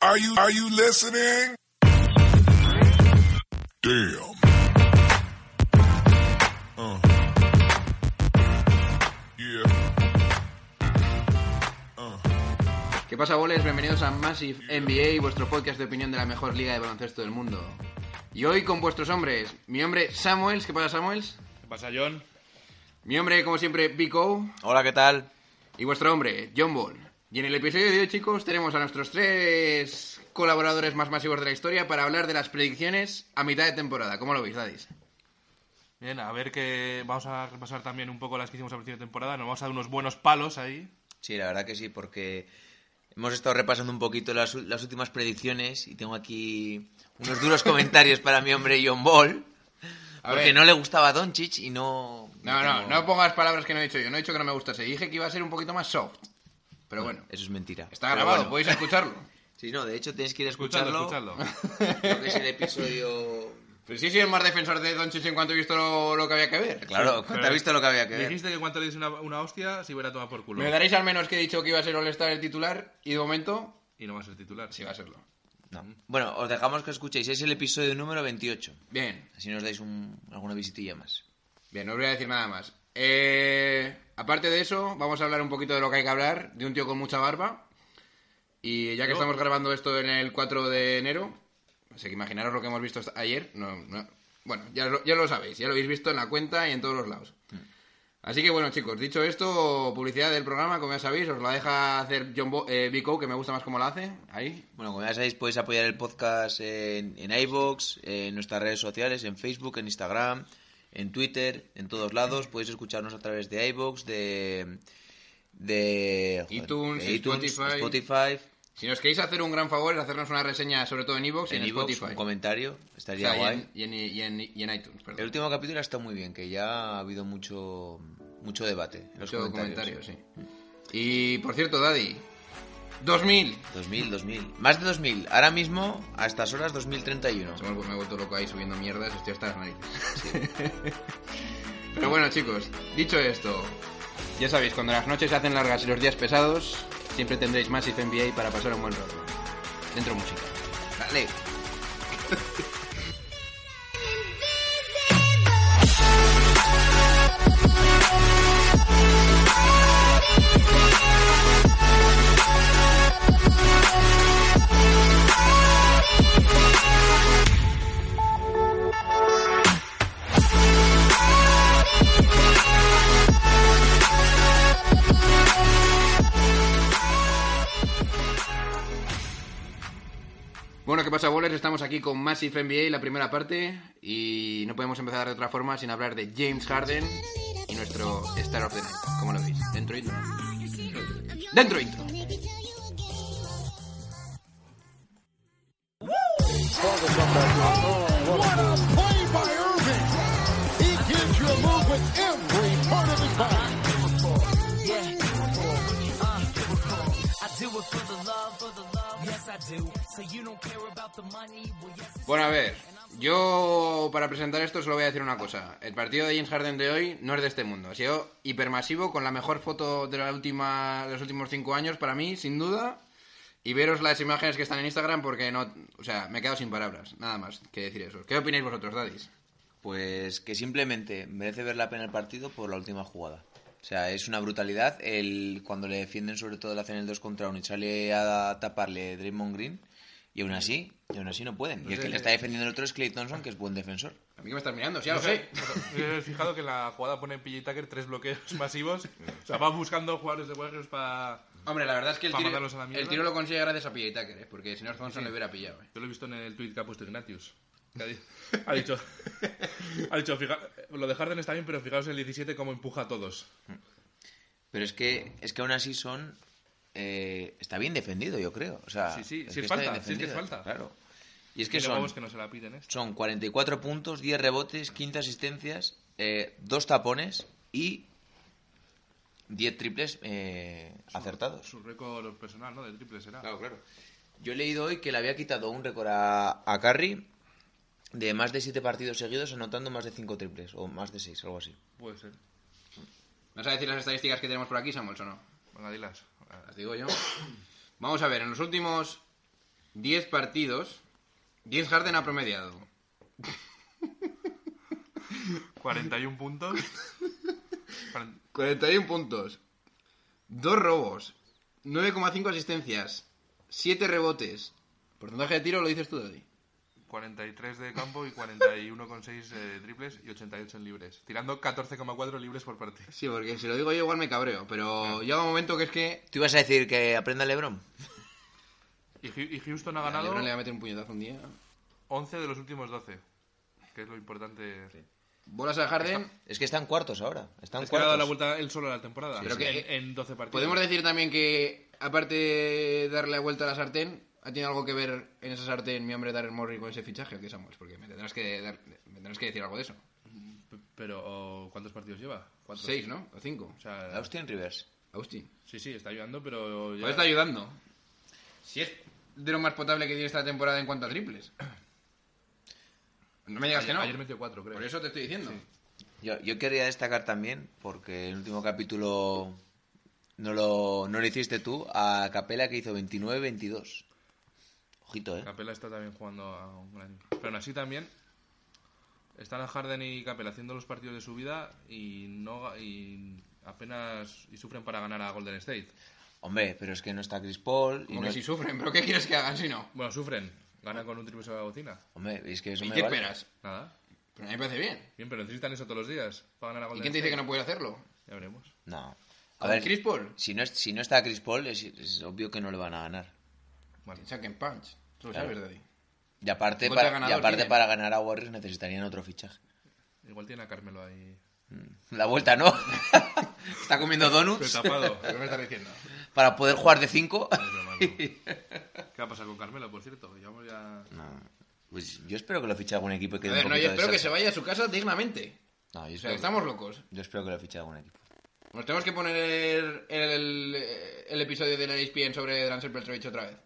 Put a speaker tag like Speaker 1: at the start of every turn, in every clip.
Speaker 1: Are you are you listening? Damn. Uh. Yeah. Uh.
Speaker 2: ¿Qué pasa, boles? Bienvenidos a Massive NBA, vuestro podcast de opinión de la mejor liga de baloncesto del mundo. Y hoy con vuestros hombres, mi hombre Samuels, ¿qué pasa Samuels?
Speaker 3: ¿Qué pasa, John?
Speaker 2: Mi hombre, como siempre, Vico
Speaker 4: Hola, ¿qué tal?
Speaker 2: y vuestro hombre, John Ball. Y en el episodio de hoy, chicos, tenemos a nuestros tres colaboradores más masivos de la historia para hablar de las predicciones a mitad de temporada. ¿Cómo lo veis, Dadis?
Speaker 3: Bien, a ver que vamos a repasar también un poco las que hicimos al principio de temporada. Nos vamos a dar unos buenos palos ahí.
Speaker 4: Sí, la verdad que sí, porque hemos estado repasando un poquito las, u- las últimas predicciones y tengo aquí unos duros comentarios para mi hombre John Ball.
Speaker 2: A
Speaker 4: porque
Speaker 2: ver.
Speaker 4: no le gustaba Doncic y no...
Speaker 2: No, no,
Speaker 4: tengo-
Speaker 2: no pongas palabras que no he dicho yo. No he dicho que no me gustase. Dije que iba a ser un poquito más soft. Pero bueno,
Speaker 4: Eso es mentira.
Speaker 2: está
Speaker 4: Pero
Speaker 2: grabado,
Speaker 4: bueno.
Speaker 2: podéis escucharlo.
Speaker 4: Sí, no, de hecho tienes que ir a
Speaker 3: Escuchadlo,
Speaker 4: escucharlo.
Speaker 3: escuchadlo.
Speaker 4: Creo que es el episodio...
Speaker 2: Pero sí soy el más defensor de Doncic en cuanto he visto lo, lo que había que ver.
Speaker 4: Claro, ¿te has visto lo que había que ver?
Speaker 3: Dijiste que cuando le des una, una hostia se iba a tomar por culo.
Speaker 2: Me daréis al menos que he dicho que iba a ser All-Star el titular y de momento
Speaker 3: Y no va a ser titular.
Speaker 2: sí va a serlo.
Speaker 4: No. Bueno, os dejamos que escuchéis. Es el episodio número 28.
Speaker 2: Bien,
Speaker 4: Así nos dais un- alguna visitilla más.
Speaker 2: bien, no os voy a decir nada más. Eh, aparte de eso, vamos a hablar un poquito de lo que hay que hablar, de un tío con mucha barba. Y ya que
Speaker 3: Yo.
Speaker 2: estamos grabando esto en el 4 de enero, así que imaginaros lo que hemos visto hasta ayer. No, no- bueno, ya lo, ya lo sabéis, ya lo habéis visto en la cuenta y en todos los lados. Así que bueno, chicos, dicho esto, publicidad del programa, como ya sabéis, os la deja hacer John Bo eh, Vico, que me gusta más cómo la hace. Ahí,
Speaker 4: Bueno, como ya sabéis, podéis apoyar el podcast en, en iVoox, en nuestras redes sociales, en Facebook, en Instagram, en Twitter, en todos lados. Podéis escucharnos a través de iVoox, de... de joder,
Speaker 2: iTunes,
Speaker 4: de
Speaker 2: Spotify.
Speaker 4: Spotify,
Speaker 2: Si nos queréis hacer un gran favor es hacernos una reseña, sobre todo en Evox y en,
Speaker 4: en iVoox,
Speaker 2: Spotify.
Speaker 4: un comentario.
Speaker 2: O
Speaker 4: Estaría
Speaker 2: sea, y,
Speaker 4: guay.
Speaker 2: en, y en- y en- y en iTunes, perdón.
Speaker 4: El último capítulo está muy bien, que ya ha habido mucho mucho debate en los
Speaker 2: Mucho comentario,
Speaker 4: comentarios.
Speaker 2: sí. Y por cierto, Daddy, 2000.
Speaker 4: 2000, 2000. Más de 2000. Ahora mismo, a estas horas, 2031.
Speaker 2: Se me, me he vuelto loco ahí subiendo mierdas, estoy hasta las narices. Pero bueno, chicos, dicho esto, ya sabéis, cuando las noches se hacen largas y los días pesados, siempre tendréis más NBA para pasar un buen rato. Dentro música.
Speaker 4: Dale.
Speaker 2: Bueno, ¿qué pasa, Bowlers? Estamos aquí con Massive NBA, la primera parte, y no podemos empezar de otra forma sin hablar de James Harden y nuestro Star of the Night. ¿Cómo lo veis? ¿Dentro intro? ¡Dentro intro!
Speaker 5: What a play by Irving! He gives you a move with every part of his body.
Speaker 2: Bueno, a ver, yo para presentar esto solo voy a decir una cosa. El partido de James Harden de hoy no es de este mundo. Ha sido hipermasivo, con la mejor foto de, la última, de los últimos cinco años para mí, sin duda. Y veros las imágenes que están en Instagram porque no... O sea, me he quedado sin palabras. Nada más que decir eso. ¿Qué opináis vosotros, Dadis?
Speaker 4: Pues que simplemente merece ver la pena el partido por la última jugada. O sea, es una brutalidad. El, cuando le defienden, sobre todo, le hacen el 2 contra 1 y sale a taparle Draymond Green. Y aún así, y aún así no pueden. Y el que le está defendiendo el otro es Clay Thompson, que es buen defensor.
Speaker 2: A mí que me estás mirando, sí, ya
Speaker 3: No
Speaker 2: lo sé.
Speaker 3: sé, ¿os habéis fijado que en la jugada pone PJ Tucker tres bloqueos masivos. O sea, va buscando jugadores de Warriors para...
Speaker 2: Hombre, la verdad es que el
Speaker 3: Pa'
Speaker 2: tiro,
Speaker 3: mandarlos a la mierda.
Speaker 2: el tiro lo consigue gracias a PJ Tucker, ¿eh? porque si no, Thompson le hubiera pillado. ¿eh?
Speaker 3: Yo lo he visto en el tweet que ha puesto Ignatius. que ha di- Ha dicho, ha dicho "Fija- lo de Harden está bien, pero fijaos el 17 cómo empuja a todos.
Speaker 4: Pero es que, es que aún así son. eh, está bien defendido, yo creo. O sea,
Speaker 3: Sí, sí, sí es
Speaker 4: está bien
Speaker 3: falta, sí es que es
Speaker 4: defendido,
Speaker 3: falta.
Speaker 4: Claro. Y es
Speaker 3: Y
Speaker 4: que
Speaker 3: luego
Speaker 4: son.
Speaker 3: es que no se la piden, ¿eh?
Speaker 4: Son 44 puntos, 10 rebotes, 15 asistencias, eh, dos tapones y 10 triples eh, acertados.
Speaker 3: Su récord personal, ¿no? De triple será.
Speaker 2: Claro, claro.
Speaker 4: Yo he leído hoy que le había quitado un récord a, a Curry de más de 7 partidos seguidos anotando más de 5 triples o más de 6, algo así.
Speaker 3: Puede ser.
Speaker 2: ¿Vas a decir las estadísticas que tenemos por aquí, Samuels, o no?
Speaker 3: Venga, dilas.
Speaker 2: Las digo yo. Vamos a ver, en los últimos 10 partidos, James Harden ha promediado
Speaker 3: 41 puntos. Cuaren-
Speaker 2: 41 puntos, 2 robos, 9,5 asistencias, 7 rebotes. Porcentaje de tiro lo dices tú, David.
Speaker 3: 43 de campo y 41,6 eh, triples y 88 en libres. Tirando 14,4 libres por partido.
Speaker 2: Sí, porque si lo digo yo igual me cabreo, pero llega un momento que es que...
Speaker 4: ¿Tú ibas a decir que aprenda Lebron?
Speaker 3: Y, Hu- y Houston ha
Speaker 2: A
Speaker 3: ganado
Speaker 2: LeBron le va a meter un puñetazo un día.
Speaker 3: 11 de los últimos 12. Que es lo importante.
Speaker 2: Bolas a Harden.
Speaker 4: Es que están cuartos ahora. Están
Speaker 3: Es que ha dado la
Speaker 4: cuartos.
Speaker 3: vuelta él solo a la temporada.
Speaker 2: Pero sí.
Speaker 3: en,
Speaker 2: que- eh,
Speaker 3: en 12 partidos.
Speaker 2: Podemos decir también que, aparte de darle la vuelta a la sartén, ha tenido algo que ver en esa sartén mi hombre Darren Morris con ese fichaje, ¿o qué, Samuels? Porque me tendrás que, dar- me tendrás que decir algo de eso.
Speaker 3: P- Pero, oh, ¿cuántos partidos lleva? ¿Cuatro?
Speaker 2: Seis, ¿no? O cinco.
Speaker 3: O sea,
Speaker 4: Austin Rivers.
Speaker 2: Agustín.
Speaker 3: sí, sí, está ayudando, pero. ya-
Speaker 2: Pues está ayudando. Si es de lo más potable que tiene esta temporada en cuanto a triples. No me digas que
Speaker 3: ayer,
Speaker 2: no.
Speaker 3: ayer metió 4, creo.
Speaker 2: Por eso te estoy diciendo.
Speaker 4: Yo, yo quería destacar también, porque el último capítulo no lo, no lo hiciste tú, a Capela que hizo 29-22. Ojito, ¿eh?
Speaker 3: Capela está también jugando a un gran nivel. Pero aún así también están a Harden y Capela haciendo los partidos de su vida y no ga- y apenas y sufren para ganar a Golden State.
Speaker 4: Hombre, pero es que no está Chris Paul. Y
Speaker 2: Como
Speaker 4: no-
Speaker 2: que si sufren, pero ¿qué quieres que hagan si no?
Speaker 3: Bueno, sufren, ganan con un triple sobre la bocina.
Speaker 4: Hombre, es que eso
Speaker 2: ¿Y
Speaker 4: me
Speaker 2: qué
Speaker 4: vale.
Speaker 2: esperas?
Speaker 3: Nada.
Speaker 2: Pero a mí me parece bien.
Speaker 3: Bien, pero necesitan eso todos los días para ganar a
Speaker 2: ¿Y
Speaker 3: Golden
Speaker 2: quién te
Speaker 3: State.
Speaker 2: dice que no puedes hacerlo?
Speaker 3: Ya veremos.
Speaker 4: No. A
Speaker 2: ¿A
Speaker 4: ver,
Speaker 2: Chris Paul?
Speaker 4: Si, no, es- si no está Chris Paul, es, es obvio que no le van a ganar.
Speaker 3: Vale.
Speaker 2: Saquen punch. Tú lo
Speaker 4: Claro.
Speaker 2: sabes, Daddy.
Speaker 4: Y aparte,
Speaker 2: Contra
Speaker 4: para, y
Speaker 2: ganador
Speaker 4: aparte
Speaker 2: tienen.
Speaker 4: para ganar a Warriors necesitarían otro fichaje.
Speaker 3: Igual tiene a Carmelo ahí.
Speaker 4: La vuelta, ¿no? está comiendo
Speaker 3: Pero
Speaker 4: donuts
Speaker 3: tapado.
Speaker 2: ¿Qué me estás diciendo?
Speaker 4: para poder jugar de 5.
Speaker 3: Es broma, no. ¿Qué ha pasado con Carmelo, por cierto? Llevamos ya...
Speaker 4: Pues yo espero que lo fiche algún equipo que
Speaker 2: A
Speaker 4: dé un
Speaker 2: ver, no,
Speaker 4: poquito
Speaker 2: yo
Speaker 4: de
Speaker 2: espero que se
Speaker 4: salsa.
Speaker 2: vaya a su casa dignamente. O
Speaker 4: No, yo
Speaker 2: sea,
Speaker 4: espero,
Speaker 2: que estamos locos.
Speaker 4: yo espero que lo fiche algún equipo.
Speaker 2: Nos tenemos que poner el, el, el episodio de la ESPN sobre Dransel Petrovic otra vez.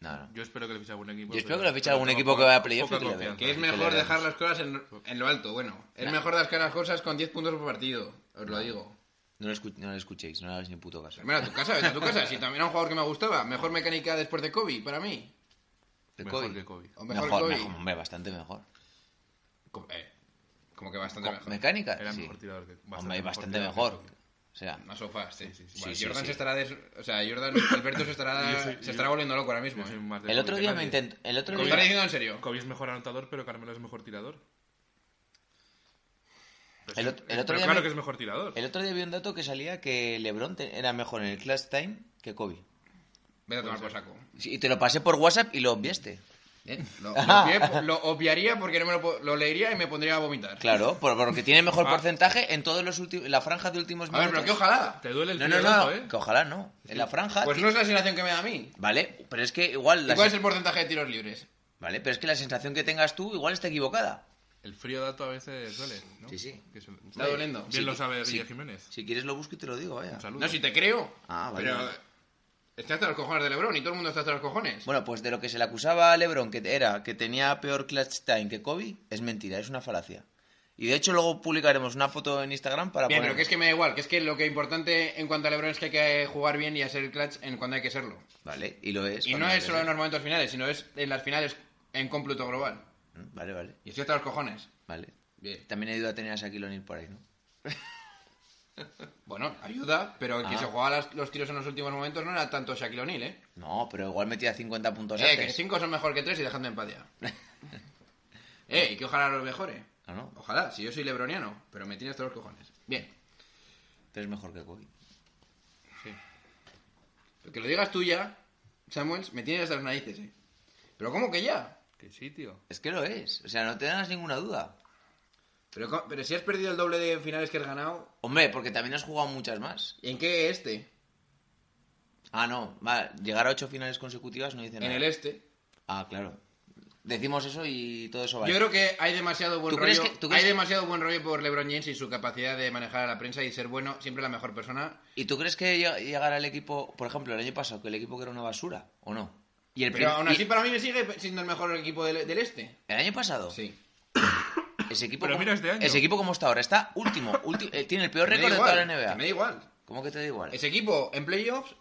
Speaker 4: No, no.
Speaker 3: Yo espero que le fiche algún equipo.
Speaker 4: Yo espero
Speaker 3: pero-
Speaker 4: que lo fiche
Speaker 3: pero
Speaker 4: algún
Speaker 3: tengo
Speaker 4: equipo que
Speaker 3: poca-
Speaker 4: vaya a playoff
Speaker 3: poca
Speaker 4: y que le vea.
Speaker 3: confianza.
Speaker 2: Que es
Speaker 4: Ahí te
Speaker 2: mejor
Speaker 4: le damos.
Speaker 2: dejar las cosas en, en lo alto, bueno. Es mejor dejar las cosas con 10 puntos por partido, os lo digo.
Speaker 4: No lo, escu- no lo escuchéis, no le hagáis ni puto caso.
Speaker 2: Mira, a tu casa, vete a tu casa. Si también era un jugador que me gustaba, mejor mecánica después de Kobe, para mí.
Speaker 4: De
Speaker 3: Mejor
Speaker 4: Kobe.
Speaker 3: que Kobe.
Speaker 2: O mejor,
Speaker 4: Mejor,
Speaker 2: Kobe.
Speaker 4: mejor, hombre, bastante mejor.
Speaker 2: Co- eh, como que bastante
Speaker 4: Co-
Speaker 2: mejor.
Speaker 4: ¿Mecánica?
Speaker 3: Era
Speaker 4: sí.
Speaker 3: mejor tirador que...
Speaker 4: hombre, bastante
Speaker 3: tirador
Speaker 4: mejor.
Speaker 3: que Kobe.
Speaker 4: O sea,
Speaker 2: Más sofás, sí.
Speaker 3: sí, sí.
Speaker 2: Bueno,
Speaker 4: Sí, sí,
Speaker 2: Jordan
Speaker 4: sí.
Speaker 2: se estará... des- O sea, Jordan... Alberto se estará,
Speaker 3: Yo soy-
Speaker 2: se
Speaker 3: yo-
Speaker 2: estará volviendo loco ahora mismo.
Speaker 3: Yo soy
Speaker 2: ¿eh?
Speaker 3: más de
Speaker 4: El
Speaker 3: Kobe
Speaker 4: otro
Speaker 3: que
Speaker 4: día me
Speaker 3: nadie.
Speaker 4: intentó... El otro
Speaker 2: ¿Lo
Speaker 4: día...
Speaker 2: estás diciendo en serio?
Speaker 3: Kobe es mejor anotador, pero Carmelo es mejor tirador. Pero
Speaker 4: El
Speaker 3: sí,
Speaker 4: ot- el otro
Speaker 3: pero
Speaker 4: día
Speaker 3: claro
Speaker 4: me-
Speaker 3: que es mejor tirador.
Speaker 4: El otro día vi un dato que salía que LeBron te- era mejor en el Clash Time que Kobe.
Speaker 2: Vete a tomar por saco.
Speaker 4: Sí, Y te lo pasé por WhatsApp y lo obviaste.
Speaker 2: Eh, Lo, lo obvié- lo obviaría porque no me lo, po- lo leería y me pondría a vomitar.
Speaker 4: Claro, por- porque tiene mejor porcentaje en todos los últimos... La franja de últimos
Speaker 2: A ver, pero qué
Speaker 4: minutos.
Speaker 2: ojalá.
Speaker 3: Te duele el
Speaker 4: No, no,
Speaker 3: frío
Speaker 4: no.
Speaker 3: tanto, ¿eh?
Speaker 4: Que ojalá no. En la franja...
Speaker 2: Pues no es la sensación que me da a mí.
Speaker 4: Vale, pero es que igual...
Speaker 2: ¿Y
Speaker 4: la
Speaker 2: cuál es
Speaker 4: sen-
Speaker 2: el porcentaje de tiros libres?
Speaker 4: Vale, pero es que la sensación que tengas tú igual está equivocada.
Speaker 3: El frío dato a veces duele, ¿no?
Speaker 4: Sí, sí.
Speaker 3: Que se-
Speaker 2: Está doliendo.
Speaker 3: Bien lo sabe
Speaker 4: sí.
Speaker 3: Guille Jiménez.
Speaker 4: Si quieres lo busco y te lo digo, vaya.
Speaker 3: Un saludo.
Speaker 2: No, si te creo.
Speaker 4: Ah, vale,
Speaker 2: Pero
Speaker 4: vale.
Speaker 2: está hasta los cojones de Lebron y todo el mundo está hasta los cojones.
Speaker 4: Bueno, pues de lo que se le acusaba a LeBron que era que tenía peor clutch time que Kobe, es mentira, es una falacia. Y de hecho luego publicaremos una foto en Instagram para
Speaker 2: bien,
Speaker 4: poner
Speaker 2: pero que es que me da igual. Que es que lo que es importante en cuanto a Lebron es que hay que jugar bien y hacer el clutch en cuando hay que serlo.
Speaker 4: Vale, y lo es.
Speaker 2: Y
Speaker 4: cuando
Speaker 2: no es
Speaker 4: lo ves.
Speaker 2: solo en los momentos finales, sino es en las finales en cómputo global.
Speaker 4: Mm, Vale, vale,
Speaker 2: Y estoy hasta los cojones.
Speaker 4: vale.
Speaker 2: Bien.
Speaker 4: También he ido a tener a Shaquille O'Neal por ahí, ¿no?
Speaker 2: Bueno, ayuda, pero el que
Speaker 4: Ah.
Speaker 2: se jugaba las- los tiros en los últimos momentos no era tanto Shaquille O'Neal, ¿eh?
Speaker 4: No, pero igual metía 50 puntos
Speaker 2: Eh, que
Speaker 4: antes.
Speaker 2: 5 son mejor que 3 y dejadme en paz ya. eh, y que ojalá lo mejore.
Speaker 4: No, no,
Speaker 2: Ojalá, si yo soy lebroniano, pero me tienes todos los cojones. Bien.
Speaker 4: tú eres mejor que Kobe.
Speaker 2: Que lo digas tú ya, Samuels, me tienes hasta las narices, eh. Pero ¿cómo que ya?
Speaker 3: Que sí, tío.
Speaker 4: Es que lo es, o sea, no te das ninguna duda.
Speaker 2: Pero, co- pero si has perdido el doble de finales que has ganado,
Speaker 4: Hombre, porque también has jugado muchas más.
Speaker 2: ¿en qué este?
Speaker 4: Ah, no, va, llegar a ocho finales consecutivas no dice
Speaker 2: En
Speaker 4: nada.
Speaker 2: el este.
Speaker 4: Ah, claro. Decimos eso y todo eso vale.
Speaker 2: Yo creo que hay demasiado buen
Speaker 4: ¿Tú crees
Speaker 2: rollo.
Speaker 4: que- tú
Speaker 2: hay
Speaker 4: crees que-
Speaker 2: demasiado buen rollo por LeBron James y su capacidad de manejar a la prensa y ser bueno, siempre la mejor persona.
Speaker 4: ¿Y tú crees que lleg- llegará el equipo, por ejemplo, el año pasado, que el equipo que era una basura, o no? Y el,
Speaker 2: Pero
Speaker 4: prim-
Speaker 2: aún
Speaker 4: y-
Speaker 2: así para mí me sigue siendo el mejor equipo del, del este.
Speaker 4: ¿El año pasado?
Speaker 2: Sí.
Speaker 4: Ese equipo
Speaker 3: Pero
Speaker 4: como-
Speaker 3: mira este año.
Speaker 4: Ese equipo como está ahora, está último, ulti- eh, tiene el peor
Speaker 2: Me da
Speaker 4: récord de
Speaker 2: igual,
Speaker 4: toda la
Speaker 2: que Me da
Speaker 4: NBA.
Speaker 2: igual.
Speaker 4: ¿Cómo que te da igual?
Speaker 2: Ese equipo en playoffs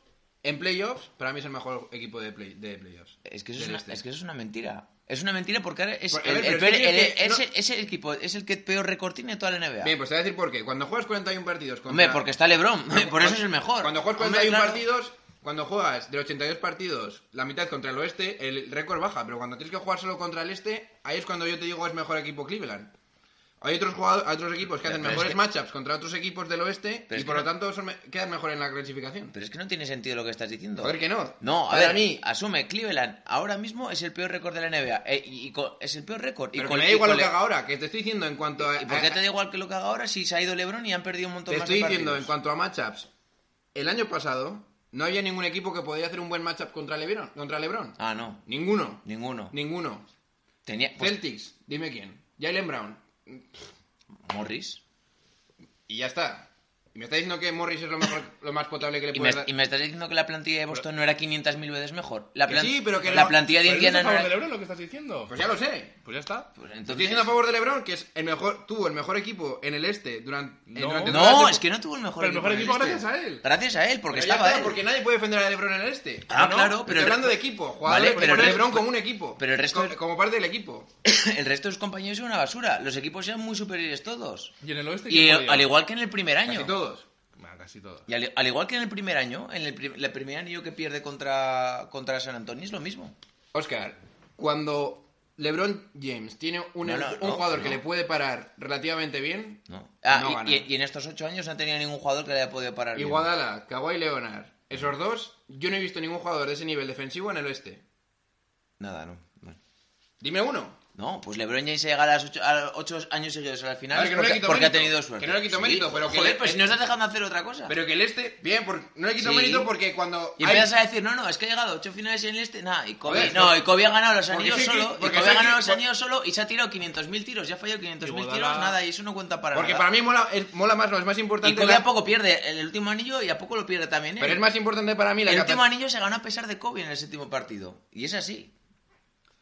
Speaker 2: En playoffs, para mí es el mejor equipo de, play- de playoffs.
Speaker 4: Es que, eso es
Speaker 2: Del
Speaker 4: una,
Speaker 2: este.
Speaker 4: es que eso es una mentira. Es una mentira porque ahora es,
Speaker 2: Pero, a
Speaker 4: el,
Speaker 2: ver, pero
Speaker 4: el
Speaker 2: es
Speaker 4: peor-
Speaker 2: que
Speaker 4: el-
Speaker 2: tienes que-
Speaker 4: es
Speaker 2: no-
Speaker 4: el- es el equipo, es el que peor récord tiene de toda la NBA.
Speaker 2: Bien, pues te voy a decir por qué. Cuando juegas 41 partidos contra...
Speaker 4: Hombre, porque está LeBron,
Speaker 2: Cuando-
Speaker 4: por eso es el mejor.
Speaker 2: Cuando juegas
Speaker 4: Hombre,
Speaker 2: 41
Speaker 4: claro.
Speaker 2: partidos, cuando juegas de 82 partidos, la mitad contra el oeste, el récord baja. Pero cuando tienes que jugar solo contra el este, ahí es cuando yo te digo es mejor equipo Cleveland. Hay otros, jugadores, otros equipos que
Speaker 4: Pero-
Speaker 2: hacen
Speaker 4: pero es
Speaker 2: mejores
Speaker 4: que-
Speaker 2: matchups contra otros equipos del oeste
Speaker 4: Pero es
Speaker 2: y
Speaker 4: que
Speaker 2: por
Speaker 4: no-
Speaker 2: lo tanto son me- quedan mejor en la clasificación.
Speaker 4: Pero es que no tiene sentido lo que estás diciendo.
Speaker 2: Joder, que no.
Speaker 4: No, a
Speaker 2: Pero
Speaker 4: ver,
Speaker 2: a mí-
Speaker 4: asume, Cleveland ahora mismo es el peor récord de la NBA. eh, y, y con- es el peor récord. y
Speaker 2: Pero que
Speaker 4: con-
Speaker 2: me da
Speaker 4: y
Speaker 2: igual
Speaker 4: con
Speaker 2: lo que
Speaker 4: Le-
Speaker 2: haga ahora, que te estoy diciendo en cuanto a...
Speaker 4: ¿Y por qué
Speaker 2: a-
Speaker 4: te da igual que lo que haga ahora si se ha ido LeBron y han perdido un montón
Speaker 2: eh. Te
Speaker 4: más
Speaker 2: estoy
Speaker 4: de
Speaker 2: diciendo, en
Speaker 4: partidos?
Speaker 2: cuanto a matchups, el año pasado no había ningún equipo que podía hacer un buen matchup contra LeBron. Contra LeBron.
Speaker 4: Ah, no.
Speaker 2: Ninguno.
Speaker 4: Ninguno.
Speaker 2: Ninguno.
Speaker 4: Tenía... pues,
Speaker 2: Celtics, dime quién. Jalen Brown.
Speaker 4: Morris.
Speaker 2: Y ya está. Y me está diciendo que Morris es lo, mejor, lo más potable que le
Speaker 4: Y me,
Speaker 2: puede
Speaker 4: y
Speaker 2: dar.
Speaker 4: me estás diciendo que la plantilla de Boston no era 500.000 veces mejor. La,
Speaker 2: Que
Speaker 4: plan-
Speaker 2: sí, pero que
Speaker 4: la
Speaker 2: no-
Speaker 4: plantilla de
Speaker 3: Pero eso es
Speaker 4: Indiana
Speaker 3: a
Speaker 4: no
Speaker 3: favor
Speaker 4: era...
Speaker 3: de LeBron lo que estás diciendo.
Speaker 2: Pues ya lo sé.
Speaker 3: Pues ya está.
Speaker 4: Pues
Speaker 2: Estoy
Speaker 4: entonces-
Speaker 2: diciendo a favor de LeBron que es el mejor, tuvo el mejor equipo en el este durante. eh,
Speaker 3: No.
Speaker 2: durante toda la
Speaker 4: No,
Speaker 2: temporada.
Speaker 4: es que no tuvo el mejor
Speaker 3: Pero el mejor
Speaker 4: en
Speaker 3: equipo
Speaker 4: este.
Speaker 3: gracias a él.
Speaker 4: Gracias a él, porque
Speaker 2: Pero ya
Speaker 4: estaba
Speaker 2: está,
Speaker 4: él.
Speaker 2: Porque nadie puede defender a LeBron en el este.
Speaker 4: Ah,
Speaker 2: ¿No?
Speaker 4: claro,
Speaker 2: Estoy
Speaker 4: pero el
Speaker 2: hablando de
Speaker 4: re-
Speaker 2: equipo,
Speaker 4: Vale,
Speaker 2: jugadores,
Speaker 4: pero el resto-
Speaker 2: LeBron como un equipo.
Speaker 4: pero el resto-
Speaker 2: co- como parte del equipo.
Speaker 4: El resto de sus compañeros era una basura. Los equipos eran muy superiores todos.
Speaker 3: Y en el oeste.
Speaker 4: Y
Speaker 3: ¿quién
Speaker 4: al
Speaker 3: podía?
Speaker 4: igual que en el primer año.
Speaker 2: Casi todos.
Speaker 3: Nah, casi todo.
Speaker 4: Y al, al igual que en el primer año, en el, prim- el primer año que pierde contra, contra San Antonio es lo mismo.
Speaker 2: Oscar, cuando LeBron James tiene un,
Speaker 4: No, no,
Speaker 2: un
Speaker 4: no,
Speaker 2: jugador
Speaker 4: no.
Speaker 2: que le puede parar relativamente bien,
Speaker 4: No. Ah,
Speaker 2: No
Speaker 4: y-
Speaker 2: gana.
Speaker 4: y, y en estos ocho años no ha tenido ningún jugador que le haya podido parar. bien.
Speaker 2: Iguadala, Kawhi Leonard, esos dos, yo no he visto ningún jugador de ese nivel defensivo en el oeste.
Speaker 4: Nada, no. Bueno.
Speaker 2: Dime uno.
Speaker 4: No, pues LeBron James llega a, las ocho, a los ocho años seguidos a la final
Speaker 2: A ver, que no le
Speaker 4: porque,
Speaker 2: quito
Speaker 4: porque ha
Speaker 2: mérito,
Speaker 4: tenido suerte.
Speaker 2: que no le quito mérito, pero que
Speaker 4: Joder,
Speaker 2: le- eh,
Speaker 4: pues si no estás dejando hacer otra cosa.
Speaker 2: Pero que el este, bien, por- no le quito
Speaker 4: Sí.
Speaker 2: mérito porque cuando.
Speaker 4: Y
Speaker 2: hay-
Speaker 4: empiezas a decir, no, no, es que ha llegado a ocho finales en el este, nada, y Kobe,
Speaker 2: Joder,
Speaker 4: no,
Speaker 2: por-
Speaker 4: y Kobe ha ganado los
Speaker 2: porque
Speaker 4: anillos
Speaker 2: sí, sí,
Speaker 4: solo, y
Speaker 2: porque sí,
Speaker 4: Kobe ha ganado
Speaker 2: sí,
Speaker 4: los
Speaker 2: por-
Speaker 4: anillos solo y se ha tirado 500.000 tiros, ya ha fallado 500.000 tiros,
Speaker 3: Iguodala-
Speaker 4: nada, y eso no cuenta para
Speaker 2: Porque
Speaker 4: nada.
Speaker 2: para mí mola, es- mola más, no, es más
Speaker 4: y
Speaker 2: importante.
Speaker 4: Kobe
Speaker 2: la-
Speaker 4: a poco pierde el último anillo y a poco lo pierde también él.
Speaker 2: Pero es más importante para mí la
Speaker 4: el
Speaker 2: capa-
Speaker 4: último anillo se ganó a pesar de Kobe en el séptimo partido, y es así.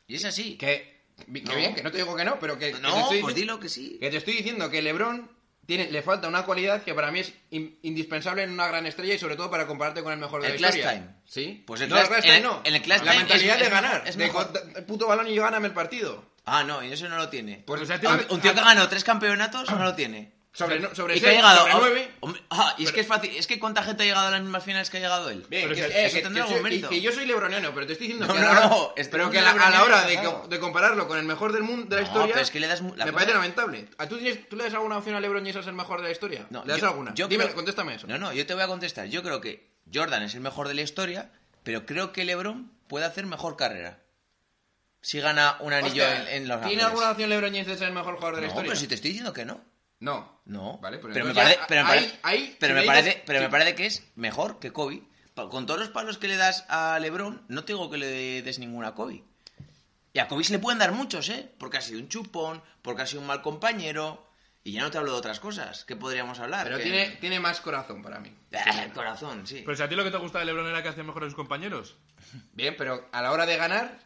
Speaker 4: Y es así.
Speaker 2: Que, que
Speaker 4: No.
Speaker 2: bien, que no te digo que no, pero que. que te
Speaker 4: No,
Speaker 2: estoy
Speaker 4: pues
Speaker 2: dici-
Speaker 4: dilo que sí.
Speaker 2: Que te estoy diciendo que LeBron tiene, le falta una cualidad que para mí es in- indispensable en una gran estrella y sobre todo para compararte con el mejor de
Speaker 4: El
Speaker 2: la
Speaker 4: clutch
Speaker 2: historia.
Speaker 4: time.
Speaker 2: ¿Sí?
Speaker 4: Pues el
Speaker 2: no,
Speaker 4: clutch-
Speaker 2: el clutch
Speaker 4: en
Speaker 2: time
Speaker 4: el-
Speaker 2: no.
Speaker 4: en el clutch
Speaker 2: la
Speaker 4: time
Speaker 2: mentalidad
Speaker 4: es-
Speaker 2: de
Speaker 4: es-
Speaker 2: ganar.
Speaker 4: es
Speaker 2: de
Speaker 4: mejor.
Speaker 2: co- da- puto balón y yo gáname el partido.
Speaker 4: Ah, no, y eso no lo tiene.
Speaker 2: Pues
Speaker 3: O sea,
Speaker 4: A un, un tío que ha ganado tres campeonatos no lo tiene.
Speaker 2: sobre, no- sobre
Speaker 4: Y que ha
Speaker 2: seis,
Speaker 4: llegado
Speaker 2: sobre
Speaker 4: a-
Speaker 2: nueve.
Speaker 4: hombre, ah, y es que es fácil, es que cuánta gente ha llegado a las mismas finales que ha llegado él.
Speaker 2: Bien,
Speaker 3: Pero
Speaker 2: que,
Speaker 3: es
Speaker 2: eh,
Speaker 4: eso
Speaker 2: que-
Speaker 4: tendrá
Speaker 2: que
Speaker 4: algún
Speaker 2: soy-
Speaker 4: mérito.
Speaker 2: que yo soy lebroniano, pero te estoy diciendo
Speaker 4: No,
Speaker 2: que,
Speaker 4: no,
Speaker 2: a la,
Speaker 4: no, este
Speaker 2: pero
Speaker 4: mundo
Speaker 2: que a la, a la hora de,
Speaker 4: lebroniano,
Speaker 2: co- de compararlo con el mejor del mundo de la
Speaker 4: No,
Speaker 2: historia,
Speaker 4: pero es que le das mu- la
Speaker 2: me
Speaker 4: cosa-
Speaker 2: parece lamentable. ¿A tú, tienes- ¿Tú le das alguna opción a LeBron James a ser el mejor de la historia?
Speaker 4: No,
Speaker 2: ¿Le das
Speaker 4: yo-
Speaker 2: alguna?
Speaker 4: yo
Speaker 2: Dime,
Speaker 4: creo-
Speaker 2: contéstame eso.
Speaker 4: No, no, yo te voy a contestar. Yo creo que Jordan es el mejor de la historia, pero creo que LeBron puede hacer mejor carrera. Si gana un anillo
Speaker 2: Hostia,
Speaker 4: en, en Los
Speaker 2: ¿Tiene
Speaker 4: Ángeles.
Speaker 2: alguna opción LeBron James de ser el mejor jugador de la
Speaker 4: No,
Speaker 2: historia?
Speaker 4: pero si te estoy diciendo que no.
Speaker 2: No.
Speaker 4: No.
Speaker 2: Vale, pero,
Speaker 4: me
Speaker 2: entonces
Speaker 4: parece,
Speaker 2: ya,
Speaker 4: pero me
Speaker 2: ahí-
Speaker 4: parece-
Speaker 2: ahí,
Speaker 4: pero
Speaker 2: si
Speaker 4: me
Speaker 2: me
Speaker 4: parece-
Speaker 2: dices-
Speaker 4: pero me
Speaker 2: sí.
Speaker 4: parece que es mejor que Kobe. Pa- Con todos los palos que le das a LeBron, no te digo que le des ninguna a Kobe. Y a Kobe se le pueden dar muchos, ¿eh? Porque ha sido un chupón, porque ha sido un mal compañero. Y ya no te hablo de otras cosas que podríamos hablar.
Speaker 2: Pero
Speaker 4: Ah, que-
Speaker 2: tiene, tiene más corazón para mí.
Speaker 4: Ah, el corazón, sí.
Speaker 3: Pero si a ti lo que te gusta de LeBron era que hacía mejor a sus compañeros.
Speaker 2: Bien, pero a la hora de ganar,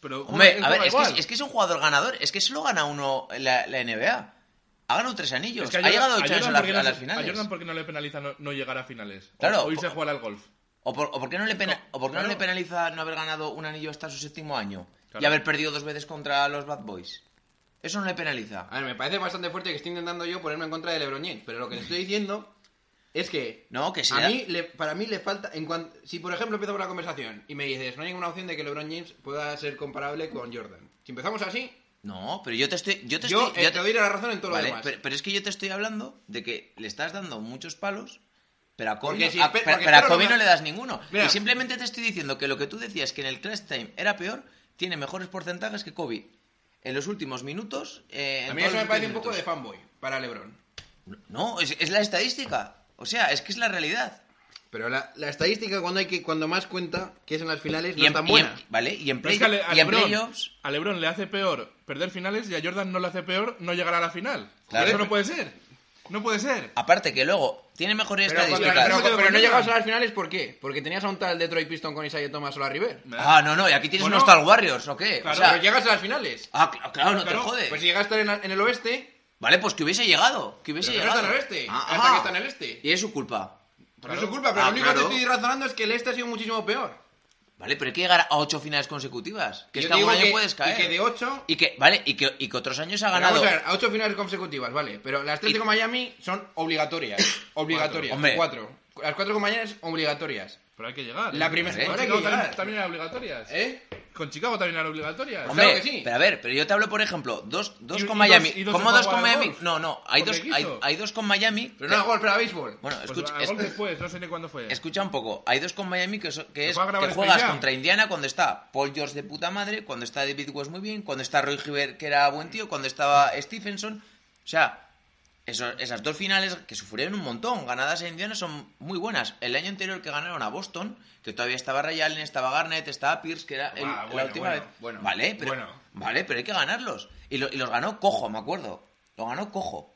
Speaker 3: Pero,
Speaker 4: Hombre,
Speaker 3: joder,
Speaker 4: a ver,
Speaker 3: juega
Speaker 4: es que,
Speaker 3: igual.
Speaker 4: es- es que es un jugador ganador. Es que solo gana uno en la, la NBA. Ha ganado tres anillos.
Speaker 3: Es que
Speaker 4: ha llegado
Speaker 3: Jordan-
Speaker 4: ocho
Speaker 3: a
Speaker 4: años a,
Speaker 3: Jordan
Speaker 4: la-
Speaker 3: porque no
Speaker 4: a las
Speaker 3: se-
Speaker 4: finales.
Speaker 3: A Jordan porque no le penaliza no, no llegar a finales. O-
Speaker 4: Claro,
Speaker 3: O, irse
Speaker 4: por-
Speaker 3: a jugar al golf.
Speaker 4: ¿O por, o por qué no le, pena-
Speaker 3: Co-
Speaker 4: o por qué no
Speaker 3: claro.
Speaker 4: le penaliza no haber ganado un anillo hasta su séptimo año y
Speaker 3: Claro.
Speaker 4: haber perdido dos veces contra los Bad Boys? Eso no le penaliza.
Speaker 2: a ver, me parece bastante fuerte que esté intentando yo ponerme en contra de LeBron James, pero lo que le estoy diciendo es que
Speaker 4: No, que
Speaker 2: a
Speaker 4: sea.
Speaker 2: mí le- para mí le falta en cuan- si por ejemplo empezamos la conversación y me dices, no hay ninguna opción de que LeBron James pueda ser comparable con Jordan. Si empezamos así,
Speaker 4: No, pero yo te estoy. Yo te,
Speaker 2: yo
Speaker 4: estoy,
Speaker 2: eh,
Speaker 4: yo
Speaker 2: te doy la razón en todo
Speaker 4: Vale,
Speaker 2: lo demás.
Speaker 4: pero, pero es que yo te estoy hablando de que le estás dando muchos palos, pero a Kobe,
Speaker 2: Porque
Speaker 4: no-
Speaker 2: si-
Speaker 4: a-
Speaker 2: pe-
Speaker 4: pero-
Speaker 2: porque
Speaker 4: pero a
Speaker 2: espero
Speaker 4: Kobe
Speaker 2: no
Speaker 4: no
Speaker 2: me-
Speaker 4: le das ninguno.
Speaker 2: Mira.
Speaker 4: Y simplemente te estoy diciendo que lo que tú decías que en el Crash Time era peor, tiene mejores porcentajes que Kobe en los últimos minutos. eh, en
Speaker 2: a mí
Speaker 4: todos
Speaker 2: eso me
Speaker 4: los
Speaker 2: parece un
Speaker 4: últimos
Speaker 2: poco de
Speaker 4: minutos.
Speaker 2: fanboy para LeBron.
Speaker 4: No, es, es la estadística. O sea, es que es la realidad.
Speaker 2: Pero la, la estadística cuando hay que cuando más cuenta, que es en las finales, no
Speaker 4: en-
Speaker 2: es tan
Speaker 4: en-
Speaker 2: buena.
Speaker 4: vale, y en,
Speaker 3: Pero
Speaker 4: play-
Speaker 3: es que a, Le- a
Speaker 4: y en
Speaker 3: LeBron,
Speaker 4: playoffs.
Speaker 3: a LeBron le hace peor perder finales y a Jordan no le hace peor no llegar a la final.
Speaker 4: Claro.
Speaker 3: Eso no puede ser. No puede ser.
Speaker 4: Aparte que luego tiene mejores
Speaker 2: Pero, cuando-
Speaker 4: estadísticas.
Speaker 2: pero-
Speaker 3: Yo me quedo
Speaker 2: pero
Speaker 3: con
Speaker 2: no
Speaker 3: Jordan.
Speaker 2: llegabas a las finales, ¿por qué? Porque tenías a un tal Detroit Piston con Isaiah Thomas o la River.
Speaker 4: Ah, no, no, y aquí tienes
Speaker 3: Bueno.
Speaker 4: unos Star Warriors, ¿o qué?
Speaker 3: Claro,
Speaker 4: o sea,
Speaker 2: Pero llegas a las finales.
Speaker 4: Ah, cl- claro, no
Speaker 3: Claro,
Speaker 4: te jodes.
Speaker 2: Pues si llegaste en, en el oeste,
Speaker 4: Vale, pues que hubiese llegado. Que hubiese
Speaker 2: Pero que no
Speaker 4: llegado.
Speaker 2: está en el oeste,
Speaker 4: Ah,
Speaker 2: hasta
Speaker 4: ah.
Speaker 2: que está en el este.
Speaker 4: Y es su culpa.
Speaker 2: No es su culpa, pero
Speaker 4: Ah,
Speaker 2: lo único
Speaker 4: claro.
Speaker 2: que estoy razonando es que el este ha sido muchísimo peor.
Speaker 4: Vale, pero hay que llegar a ocho finales consecutivas. Que
Speaker 2: Yo te
Speaker 4: es que algún
Speaker 2: digo
Speaker 4: año
Speaker 2: que-
Speaker 4: puedes caer.
Speaker 2: Y que de 8.
Speaker 4: Y que, vale, y que, y que otros años ha
Speaker 2: Vamos
Speaker 4: ganado.
Speaker 2: a ver, a 8 finales consecutivas, vale. Pero las 3
Speaker 4: Y-
Speaker 2: con Miami son obligatorias. obligatorias.
Speaker 4: Hombre.
Speaker 2: 4. Las 4 con Miami son obligatorias.
Speaker 3: Pero hay que llegar.
Speaker 2: La
Speaker 3: ¿eh?
Speaker 2: primera-
Speaker 3: Con
Speaker 2: Ahora hay que
Speaker 3: Chicago
Speaker 2: llegar.
Speaker 3: también, también eran obligatorias.
Speaker 2: ¿Eh?
Speaker 3: Con Chicago también eran obligatorias.
Speaker 4: Hombre,
Speaker 2: Claro que sí.
Speaker 4: pero a ver, pero yo te hablo, por ejemplo, dos, dos
Speaker 3: Y-
Speaker 4: con
Speaker 3: y dos-
Speaker 4: Miami.
Speaker 3: y dos
Speaker 4: ¿Cómo
Speaker 3: de
Speaker 4: dos con
Speaker 3: Powerball.
Speaker 4: Miami? No, no, hay dos,
Speaker 3: Porque
Speaker 4: hay,
Speaker 3: quiso.
Speaker 4: hay dos con Miami.
Speaker 2: Pero no a gol, pero a béisbol.
Speaker 4: Bueno,
Speaker 3: Pues
Speaker 4: escucha,
Speaker 3: a gol
Speaker 4: escu-
Speaker 3: después, no sé ni cuándo fue.
Speaker 4: escucha un poco. Hay dos con Miami que, so- que es
Speaker 3: fue a grabar
Speaker 2: este
Speaker 4: que juegas
Speaker 3: especial.
Speaker 4: contra Indiana cuando está Paul George de puta madre, cuando está David West muy bien, cuando está Roy Hibbert que era buen tío, cuando estaba Stephenson. O sea, eso- esas dos finales que sufrieron un montón, ganadas en Indiana, son muy buenas. El año anterior que ganaron a Boston, que todavía estaba Ray Allen, estaba Garnett, estaba Pierce, que era el-
Speaker 2: Ah,
Speaker 4: la
Speaker 2: bueno,
Speaker 4: última
Speaker 2: bueno,
Speaker 4: vez.
Speaker 2: bueno,
Speaker 4: vale, pero,
Speaker 2: bueno.
Speaker 4: vale, pero hay que ganarlos. Y, lo- y los ganó Cojo, me acuerdo. Lo ganó Cojo.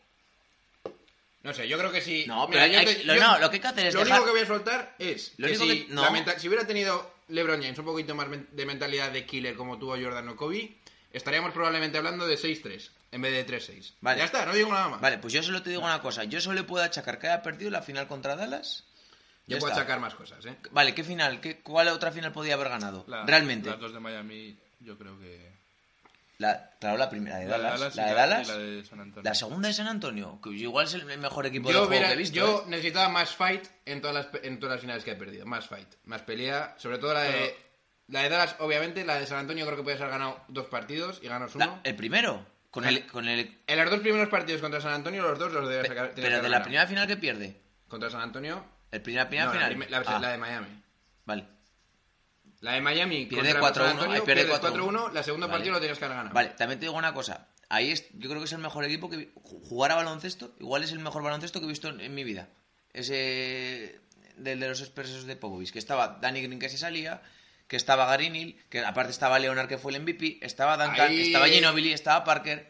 Speaker 2: No sé, yo creo que sí.
Speaker 4: No, pero hay- lo- no, lo que hay que hacer es
Speaker 2: Lo
Speaker 4: dejar-
Speaker 2: único que voy a soltar es
Speaker 4: Lo
Speaker 2: que,
Speaker 4: único
Speaker 2: si,
Speaker 4: que- no.
Speaker 2: la menta- si hubiera tenido LeBron James un poquito más men- de mentalidad de killer como tuvo Jordan o Kobe, estaríamos probablemente hablando de 6-3 en vez de 3-6.
Speaker 4: Vale.
Speaker 2: Ya está, no digo nada más.
Speaker 4: Vale, pues yo solo te digo una cosa. Yo solo le puedo achacar que haya perdido la final contra Dallas.
Speaker 2: yo
Speaker 4: Ya
Speaker 2: puedo
Speaker 4: está.
Speaker 2: sacar más cosas, ¿eh?
Speaker 4: Vale, ¿qué final? ¿Qué, ¿Cuál otra final podía haber ganado?
Speaker 3: La-
Speaker 4: Realmente.
Speaker 3: Las dos de Miami, yo creo que.
Speaker 4: La- claro, la primera, la de
Speaker 3: la de
Speaker 4: Dallas.
Speaker 3: Dallas y
Speaker 4: la
Speaker 3: la-
Speaker 4: de
Speaker 3: y
Speaker 4: Dallas.
Speaker 3: la
Speaker 4: La,
Speaker 3: de San Antonio.
Speaker 4: segunda de San Antonio, que igual es el mejor equipo de
Speaker 2: Yo,
Speaker 4: juego
Speaker 2: hubiera-
Speaker 4: que he visto.
Speaker 2: yo
Speaker 4: ¿eh?
Speaker 2: necesitaba más fight en todas, las, pe- en todas las finales que he perdido. Más fight, más pelea. Sobre todo la de,
Speaker 3: Pero-
Speaker 2: la de Dallas, obviamente. La de San Antonio creo que puedes haber ganado dos partidos y ganas uno.
Speaker 4: La- el primero. Con el, con el,
Speaker 2: En los dos primeros partidos contra San Antonio, los dos los debes
Speaker 4: pe-
Speaker 2: sacar. tenías
Speaker 4: pero
Speaker 2: que
Speaker 4: de la
Speaker 2: ganar.
Speaker 4: primera final que pierde.
Speaker 2: Contra San Antonio,
Speaker 4: El primera, primera
Speaker 2: No, la
Speaker 4: final.
Speaker 2: prime- La,
Speaker 4: Ah,
Speaker 2: la de Miami.
Speaker 4: Vale.
Speaker 2: La de Miami
Speaker 4: Pierde
Speaker 2: contra
Speaker 4: 4-1,
Speaker 2: San Antonio,
Speaker 4: ahí pierde
Speaker 2: pierdes
Speaker 4: 4-1.
Speaker 2: 4-1, la segunda
Speaker 4: Vale.
Speaker 2: partido lo tenías que ganar.
Speaker 4: Vale, también te digo una cosa. Ahí es, yo creo que es el mejor equipo que vi- ju- jugar a baloncesto. Igual es el mejor baloncesto que he visto en, en mi vida. Ese del de los expresos de Pogovic, que estaba Danny Green que se salía, que estaba Garinil, que aparte estaba Leonard que fue el MVP, estaba Duncan,
Speaker 2: Ahí-
Speaker 4: estaba Ginobili, estaba Parker.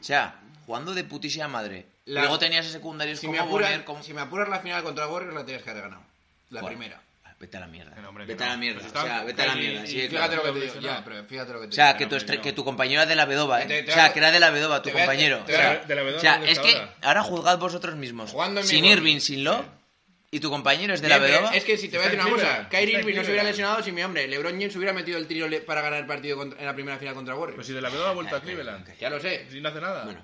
Speaker 4: O sea, jugando de putísima madre.
Speaker 2: La-
Speaker 4: Luego tenías a secundarios
Speaker 2: Si me,
Speaker 4: como
Speaker 2: apuras,
Speaker 4: Bonner, como
Speaker 2: si me apuras la final contra Warriors, la tenías que haber ganado. La
Speaker 4: Bueno,
Speaker 2: primera.
Speaker 4: Vete a la mierda.
Speaker 3: Que no, hombre, que
Speaker 4: vete a
Speaker 3: no.
Speaker 4: la mierda.
Speaker 3: Pues
Speaker 4: o
Speaker 3: está-
Speaker 4: sea, vete a la
Speaker 3: y-
Speaker 4: mierda.
Speaker 3: y
Speaker 4: sí,
Speaker 3: fíjate
Speaker 4: claro.
Speaker 2: Fíjate lo que te digo.
Speaker 3: Lesionado.
Speaker 2: Ya, pero fíjate lo que te
Speaker 4: O sea,
Speaker 2: digo.
Speaker 4: que tu,
Speaker 3: hombre,
Speaker 4: estre-
Speaker 3: no.
Speaker 4: que tu compañero es de la Bedoba, ¿eh?
Speaker 2: pues Te- te
Speaker 4: o sea,
Speaker 2: hago-
Speaker 4: que era de la Bedoba tu
Speaker 2: te voy a-
Speaker 4: compañero.
Speaker 2: te voy
Speaker 4: o
Speaker 2: a-
Speaker 4: sea,
Speaker 3: de la Bedoba
Speaker 4: o sea,
Speaker 3: no
Speaker 4: es
Speaker 3: está
Speaker 4: que
Speaker 3: ahora.
Speaker 4: ahora juzgad vosotros mismos.
Speaker 2: Jugando en
Speaker 4: sin
Speaker 2: Milwaukee.
Speaker 4: Irving, sin Love. Y tu compañero es de
Speaker 2: Sí,
Speaker 4: la
Speaker 2: pero
Speaker 4: Bedoba.
Speaker 2: Es que si te voy a
Speaker 3: Está
Speaker 2: decir
Speaker 3: en
Speaker 2: una cosa,
Speaker 3: Cleveland.
Speaker 2: Kyrie
Speaker 3: Está
Speaker 2: Irving
Speaker 3: en
Speaker 2: no se hubiera
Speaker 3: Cleveland.
Speaker 2: lesionado si mi hombre, LeBron James hubiera metido el tiro le- para ganar el partido contra- en la primera final contra Warriors.
Speaker 3: Pues si de la Bedoba ha vuelto a Cleveland. Eh,
Speaker 2: ya lo sé.
Speaker 3: Si no hace nada.
Speaker 4: Eh, Bueno,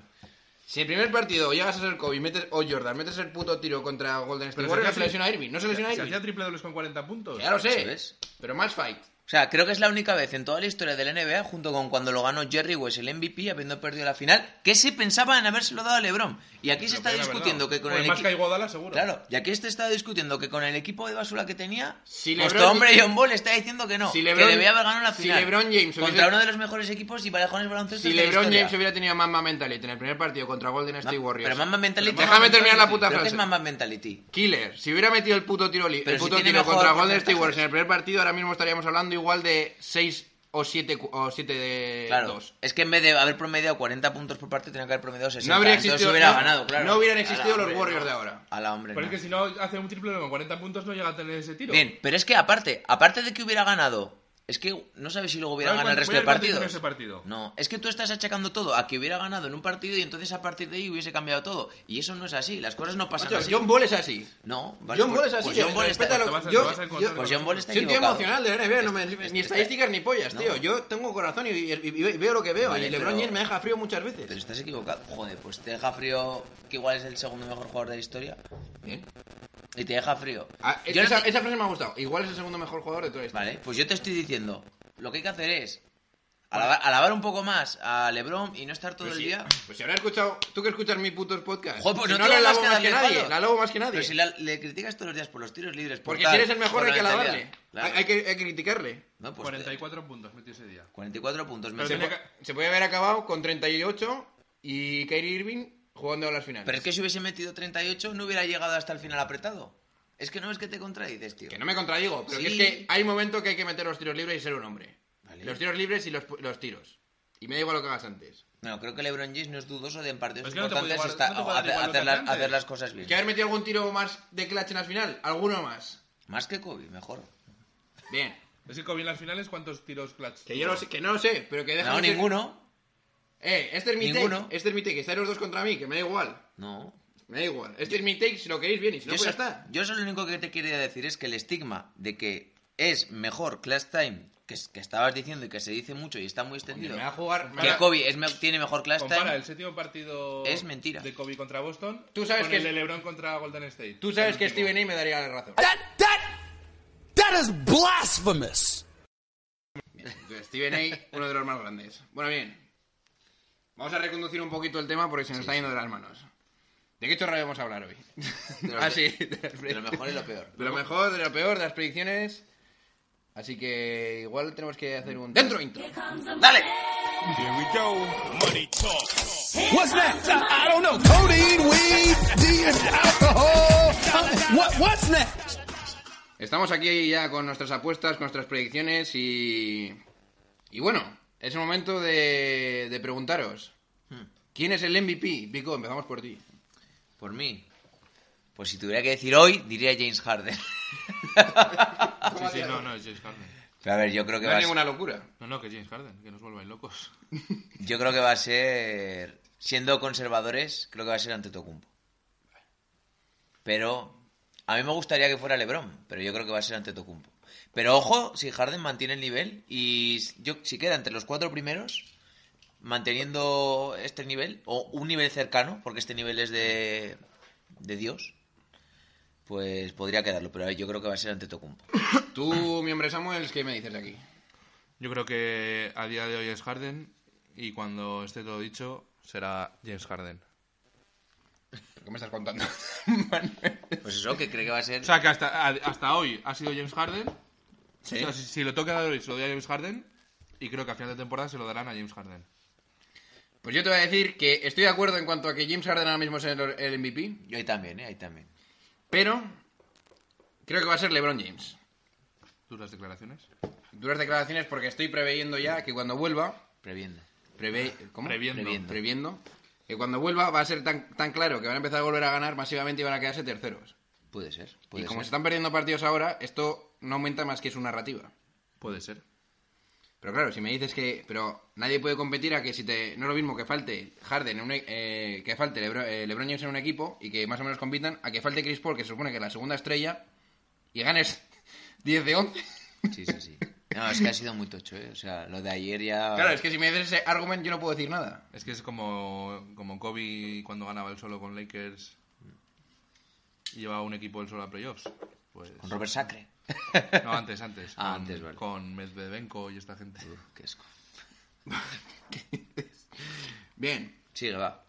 Speaker 2: Si el primer partido llegas a ser Kobe metes, o Jordan, metes el puto tiro contra Golden State
Speaker 3: Pero
Speaker 2: Warriors, no se
Speaker 3: hacía-
Speaker 2: lesiona Irving. No se lesiona
Speaker 3: se hacía
Speaker 2: Irving.
Speaker 3: triple dobles con 40 puntos.
Speaker 2: Ya lo
Speaker 4: Eso
Speaker 2: sé.
Speaker 4: es.
Speaker 2: Pero más fight.
Speaker 4: O sea, creo que es la única vez en toda la historia de la NBA, junto con cuando lo ganó Jerry West el MVP, habiendo perdido la final, que se pensaba en habérselo dado a LeBron. Y aquí se
Speaker 3: Lo
Speaker 4: está
Speaker 3: podían haber
Speaker 4: discutiendo
Speaker 3: dado.
Speaker 4: que con
Speaker 3: Pues
Speaker 4: el
Speaker 3: más
Speaker 4: equipo...
Speaker 3: que a Iguodala, seguro.
Speaker 4: Claro, y aquí se está discutiendo que con el equipo de basura que tenía,
Speaker 2: Si
Speaker 4: nuestro
Speaker 2: LeBron-
Speaker 4: hombre John Ball está diciendo que no,
Speaker 2: Si LeBron-
Speaker 4: que debía haber ganado la
Speaker 2: si
Speaker 4: final
Speaker 2: LeBron James
Speaker 4: contra
Speaker 2: hubiese-
Speaker 4: uno de los mejores equipos y barajones baloncesto
Speaker 2: Si
Speaker 4: de la
Speaker 2: LeBron
Speaker 4: historia.
Speaker 2: James hubiera tenido Mamba Mentality en el primer partido contra Golden State
Speaker 4: Ma-
Speaker 2: Warriors.
Speaker 4: Pero Mamba Mentality.
Speaker 2: Déjame terminar la puta
Speaker 4: Creo que
Speaker 2: frase.
Speaker 4: es Mamba Mentality.
Speaker 2: Killer, si hubiera metido el puto tiro, li-
Speaker 4: Pero
Speaker 2: el
Speaker 4: si
Speaker 2: puto
Speaker 4: tiene
Speaker 2: tiro
Speaker 4: mejor
Speaker 2: contra Golden State
Speaker 4: porcentajes.
Speaker 2: Warriors en el primer partido, ahora mismo estaríamos hablando igual de 6 o 7 o 7 de
Speaker 4: Claro.
Speaker 2: 2.
Speaker 4: Es que en vez de haber promediado 40 puntos por parte, tenía que haber promediado 60.
Speaker 2: No habría
Speaker 4: Entonces
Speaker 2: existido,
Speaker 4: hubiera
Speaker 2: no-
Speaker 4: ganado, claro.
Speaker 2: no hubieran
Speaker 4: A la
Speaker 2: existido los
Speaker 4: hombre,
Speaker 2: Warriors
Speaker 4: no.
Speaker 2: de ahora.
Speaker 4: A la hombre.
Speaker 3: Pero
Speaker 4: no.
Speaker 3: es que si no hace un triple doble con 40 puntos, no llega a tener ese tiro.
Speaker 4: Bien, pero es que aparte, aparte de que hubiera ganado, es que no sabes si luego hubiera
Speaker 3: ¿Sabes
Speaker 4: ganado el
Speaker 3: cuánto-
Speaker 4: resto de
Speaker 3: cuánto hizo en
Speaker 4: partidos.
Speaker 3: ese partido?
Speaker 4: No, es que tú estás achacando todo a que hubiera ganado en un partido y entonces a partir de ahí hubiese cambiado todo. Y eso no es así, las cosas no pasan
Speaker 2: Macho,
Speaker 4: así.
Speaker 2: John Ball es así.
Speaker 4: No, vale,
Speaker 2: John
Speaker 4: pues-
Speaker 2: Ball es así. eh,
Speaker 4: Pues John Ball está,
Speaker 2: respétalo.
Speaker 3: Te vas a-
Speaker 2: Yo-
Speaker 3: te vas a encontrar
Speaker 2: yo-
Speaker 4: pues John Ball está
Speaker 2: Soy un tío
Speaker 4: equivocado.
Speaker 2: emocional de la NBA, no me- ni estadísticas ni pollas,
Speaker 4: No.
Speaker 2: tío. Yo tengo corazón y, y- y veo lo que veo.
Speaker 4: Vale,
Speaker 2: y LeBron
Speaker 4: pero-
Speaker 2: James me deja frío muchas veces.
Speaker 4: Pero estás equivocado. Joder, pues te deja frío, que igual es el segundo mejor jugador de la historia.
Speaker 2: Bien.
Speaker 4: Y te deja frío.
Speaker 2: Ah,
Speaker 4: Yo no
Speaker 2: esa,
Speaker 4: te-
Speaker 2: esa frase me ha gustado. Igual es el segundo mejor jugador de toda la historia.
Speaker 4: Vale, pues yo te estoy diciendo, lo que hay que hacer es alabar, alabar un poco más a Lebron y no estar todo el día...
Speaker 2: Pues si habrá escuchado, tú que escuchas mi putos podcast.
Speaker 4: Joder, pues
Speaker 2: si
Speaker 4: no
Speaker 2: no
Speaker 4: te
Speaker 2: la
Speaker 4: hagas
Speaker 2: alabo
Speaker 4: que
Speaker 2: más que
Speaker 4: darle
Speaker 2: nadie.
Speaker 4: palo.
Speaker 2: La alabo más que nadie.
Speaker 4: Pero si la- le criticas todos los días por los tiros libres, por
Speaker 2: Porque
Speaker 4: tal,
Speaker 2: si eres el mejor
Speaker 4: por
Speaker 2: hay que
Speaker 4: la mentalidad.
Speaker 2: alabarle.
Speaker 4: Claro.
Speaker 2: Hay, hay que, hay que criticarle.
Speaker 4: No, pues,
Speaker 3: 44 puntos metió ese día.
Speaker 4: 44 puntos. menos.
Speaker 3: Pero
Speaker 2: Se,
Speaker 4: Pero,
Speaker 3: tenía
Speaker 2: po- se podía haber acabado con 38 y Kyrie Irving jugando a las finales.
Speaker 4: es que si hubiese metido 38 no hubiera llegado hasta el final apretado. Es que no es que te contradices, tío.
Speaker 2: Que no me contradigo, pero que
Speaker 4: Sí.
Speaker 2: es que hay momentos que hay que meter los tiros libres y ser un hombre.
Speaker 4: Vale.
Speaker 2: Los tiros libres y los, los tiros. Y me da igual lo que hagas antes.
Speaker 4: No, creo que LeBron James no es dudoso de en partidos
Speaker 3: Es Pues que no te puede igual-
Speaker 4: importantes está-
Speaker 3: no te puede
Speaker 4: hacer,
Speaker 3: igual lo que
Speaker 4: hacer las,
Speaker 3: antes.
Speaker 4: hacer las cosas bien.
Speaker 2: ¿Que haber metido algún tiro más de clutch en la final? ¿Alguno más?
Speaker 4: Más que Kobe, mejor.
Speaker 2: Bien.
Speaker 3: Es que Kobe en las finales, ¿cuántos tiros clutch?
Speaker 2: Que yo no sé, que no lo sé, pero que deja
Speaker 4: No, ninguno.
Speaker 2: Eh, este es mi
Speaker 4: Ninguno.
Speaker 2: take, este es mi take, estáis los dos contra mí, que me da igual.
Speaker 4: No.
Speaker 2: Me da igual. Este es mi take, si lo queréis bien y si no,
Speaker 4: yo,
Speaker 2: pues ya
Speaker 4: so-
Speaker 2: está.
Speaker 4: yo solo lo único que te quería decir es que el estigma de que es mejor Clash Time, que, es- que estabas diciendo y que se dice mucho y está muy
Speaker 2: Me
Speaker 4: extendido,
Speaker 2: va a jugar...
Speaker 4: que
Speaker 2: Mira,
Speaker 4: Kobe es me- tiene mejor Clash
Speaker 3: Compara
Speaker 4: Time.
Speaker 3: el séptimo partido
Speaker 4: Es mentira.
Speaker 3: de Kobe contra Boston
Speaker 2: Tú sabes
Speaker 3: con
Speaker 2: que-
Speaker 3: el de LeBron contra Golden State.
Speaker 2: Tú sabes
Speaker 3: El
Speaker 2: que
Speaker 3: último.
Speaker 2: Steven A me daría la razón.
Speaker 6: That that that is blasphemous.
Speaker 2: Entonces, Steven A, uno de los más grandes. Bueno, bien. Vamos a reconducir un poquito el tema porque se nos está yendo de las manos. ¿De qué chorra vamos a hablar hoy?
Speaker 4: lo-
Speaker 2: ah, sí. De, las
Speaker 4: De lo mejor y lo peor.
Speaker 2: De lo mejor, de lo peor, de las predicciones. Así que igual tenemos que hacer un... ¡Dentro intro!
Speaker 4: ¡Dale!
Speaker 1: Here we go. Money talk.
Speaker 6: What's next? I, I don't know. Codeine, weed, D and alcohol. Uh, What what's next?
Speaker 2: Estamos aquí ya con nuestras apuestas, con nuestras predicciones y... Y bueno, es el momento de, de preguntaros.
Speaker 4: Hmm.
Speaker 2: ¿Quién es el MVP? Vico, empezamos por ti.
Speaker 4: Por mí. Pues si tuviera que decir hoy, diría James Harden.
Speaker 3: Sí, sí, no, no, es James Harden.
Speaker 4: Pero a ver, yo creo que
Speaker 2: No
Speaker 4: va
Speaker 2: es
Speaker 4: a ser-
Speaker 2: ninguna locura.
Speaker 3: No, no, que es James Harden, que nos volváis locos.
Speaker 4: Yo creo que va a ser. Siendo conservadores, creo que va a ser Antetokounmpo. Pero. A mí me gustaría que fuera LeBron, pero yo creo que va a ser Antetokounmpo. Pero ojo, si Harden mantiene el nivel y s- yo, si queda entre los cuatro primeros, manteniendo este nivel, o un nivel cercano, porque este nivel es de, de Dios, pues podría quedarlo. Pero yo creo que va a ser Antetokounmpo.
Speaker 2: Tú, mi hombre Samuel, ¿qué me dices aquí?
Speaker 3: Yo creo que a día de hoy es Harden y cuando esté todo dicho será James Harden.
Speaker 2: ¿Qué me estás contando?
Speaker 4: Pues eso, que cree que va a ser...
Speaker 3: O sea, que hasta, a- hasta hoy ha sido James Harden. O sea, si, si lo toca a hoy, se lo doy a James Harden. Y creo que a final de temporada se lo darán a James Harden.
Speaker 2: Pues yo te voy a decir que estoy de acuerdo en cuanto a que James Harden ahora mismo es el, el MVP,
Speaker 4: Yo ahí también, ¿eh? Ahí también.
Speaker 2: pero creo que va a ser LeBron James.
Speaker 3: Duras declaraciones.
Speaker 2: Duras declaraciones porque estoy preveyendo ya que cuando vuelva,
Speaker 4: Previendo.
Speaker 2: preve, ¿cómo?
Speaker 3: Previendo.
Speaker 4: Previendo.
Speaker 2: Previendo, que cuando vuelva va a ser tan, tan claro que van a empezar a volver a ganar masivamente y van a quedarse terceros.
Speaker 4: Puede ser.
Speaker 2: Y
Speaker 4: Puede
Speaker 2: como se
Speaker 4: ser.
Speaker 2: están perdiendo partidos ahora, esto no aumenta más que su narrativa.
Speaker 3: Puede ser.
Speaker 2: Pero claro, si me dices que pero nadie puede competir a que si te no es lo mismo que falte Harden en un, e- eh, que falte Lebron, eh, LeBron James en un equipo y que más o menos compitan a que falte Chris Paul que se supone que es la segunda estrella y ganes 10 de 11.
Speaker 4: Sí, sí, sí. No, es que ha sido muy tocho, ¿eh? O sea, lo de ayer ya...
Speaker 3: Ah.
Speaker 2: Claro, es que si me dices ese argumento yo no puedo decir nada.
Speaker 3: Es que es como, como Kobe cuando ganaba el solo con Lakers. y Llevaba un equipo el solo a playoffs. Pues,
Speaker 4: Con Robert Sacre.
Speaker 3: No, antes, antes.
Speaker 4: Ah,
Speaker 3: con,
Speaker 4: antes, vale.
Speaker 3: Con Medvedenko y esta gente.
Speaker 4: Qué asco.
Speaker 2: Bien,
Speaker 4: Sigue, va.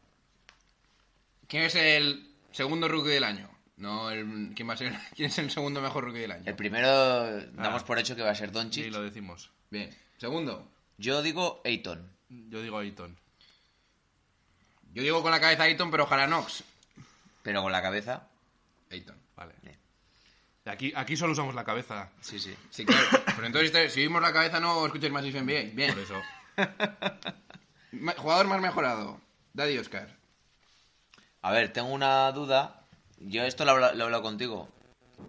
Speaker 2: ¿quién es el segundo rookie del año? No, el, ¿quién va a ser? ¿Quién es el segundo mejor rookie del
Speaker 4: El
Speaker 2: año?
Speaker 4: primero damos por hecho que va a ser
Speaker 3: Sí,
Speaker 4: Doncic.
Speaker 3: lo decimos.
Speaker 2: Bien, segundo.
Speaker 4: Yo digo Ayton.
Speaker 3: Yo digo Ayton.
Speaker 2: Yo digo con la cabeza Ayton, pero ojalá Knox.
Speaker 4: Pero con la cabeza...
Speaker 2: Ayton.
Speaker 3: Vale.
Speaker 4: Bien.
Speaker 3: Aquí, aquí solo usamos la cabeza.
Speaker 4: Sí, sí.
Speaker 2: Sí, claro. Pero Pues entonces si vimos la cabeza no escucháis más NBA. Bien.
Speaker 3: Por eso.
Speaker 2: Ma- Jugador más mejorado. Daddy Oscar.
Speaker 4: A ver, tengo una duda. Yo esto lo he habla- lo he hablado contigo.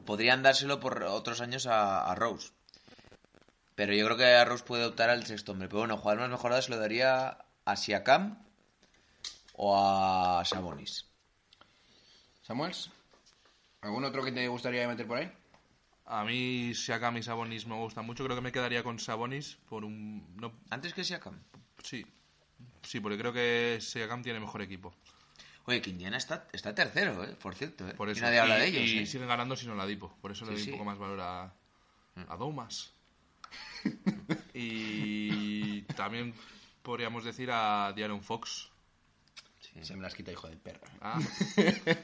Speaker 4: Podrían dárselo por otros años a, a Rose. Pero yo creo que a Rose puede optar al sexto hombre. Pero bueno, jugador más mejorado se lo daría a Siakam o a Sabonis.
Speaker 2: ¿Samuels? ¿Algún otro que te gustaría meter por ahí?
Speaker 3: A mí Siakam y Sabonis me gusta mucho. Creo que me quedaría con Sabonis por un... No,
Speaker 4: Antes que Siakam.
Speaker 3: sí. Sí, porque creo que Siakam tiene mejor equipo.
Speaker 4: Oye, que Indiana está, está tercero, ¿eh? por cierto. ¿eh?
Speaker 3: Por
Speaker 4: Y
Speaker 3: eso.
Speaker 4: nadie habla
Speaker 3: Y-
Speaker 4: de ellos.
Speaker 3: Y
Speaker 4: ¿eh?
Speaker 3: siguen ganando si no la dipo. Por eso le
Speaker 4: Sí,
Speaker 3: doy
Speaker 4: sí. Mm.
Speaker 3: un poco más valor a, a Domas. y también podríamos decir a Diaron Fox.
Speaker 2: Se me las quita, hijo de perra.
Speaker 3: Ah,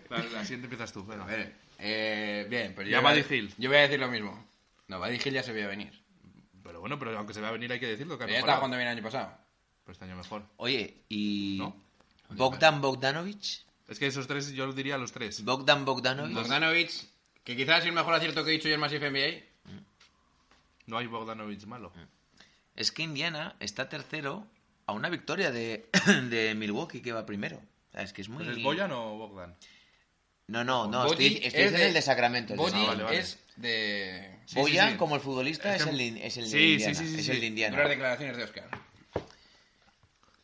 Speaker 3: la, la siguiente empiezas tú. venga.
Speaker 2: A ver, eh, bien, pero
Speaker 3: Ya
Speaker 2: yo voy a-
Speaker 3: Buddy Hield.
Speaker 2: Yo voy a decir lo mismo. No, Buddy Hill ya se veía venir.
Speaker 3: Pero bueno, pero aunque se vea venir hay que decirlo. Que ha
Speaker 2: Pero ya estaba
Speaker 3: mejorado.
Speaker 2: jugando bien el año pasado.
Speaker 3: Pero este año mejor.
Speaker 4: Oye, y.
Speaker 3: ¿No?
Speaker 4: Bogdan Bogdanovich.
Speaker 3: Es que esos tres yo diría los tres.
Speaker 4: Bogdan Bogdanovich.
Speaker 2: Bogdanovich, que quizás es el mejor acierto que he dicho yo en Massive NBA.
Speaker 3: No hay Bogdanovich malo.
Speaker 2: Ah.
Speaker 4: Es que Indiana está tercero a una victoria de, de Milwaukee que va primero. O sea, es que es muy.
Speaker 3: Pues ¿Es Boyan o Bogdan?
Speaker 4: No, no, no.
Speaker 2: Body
Speaker 4: Estoy, estoy
Speaker 2: es
Speaker 4: en
Speaker 2: de-
Speaker 4: el de Sacramento. el de
Speaker 2: Body
Speaker 4: Sacramento.
Speaker 3: Ah, vale, vale.
Speaker 2: es de...
Speaker 3: Sí, sí,
Speaker 4: Boyan,
Speaker 3: sí.
Speaker 4: como el futbolista,
Speaker 3: Es
Speaker 4: es,
Speaker 3: que-
Speaker 4: el, de- es el de
Speaker 3: Sí, sí,
Speaker 4: Indiana.
Speaker 3: sí, sí,
Speaker 4: es
Speaker 3: sí.
Speaker 4: el de Indiana.
Speaker 2: Duras declaraciones de Oscar.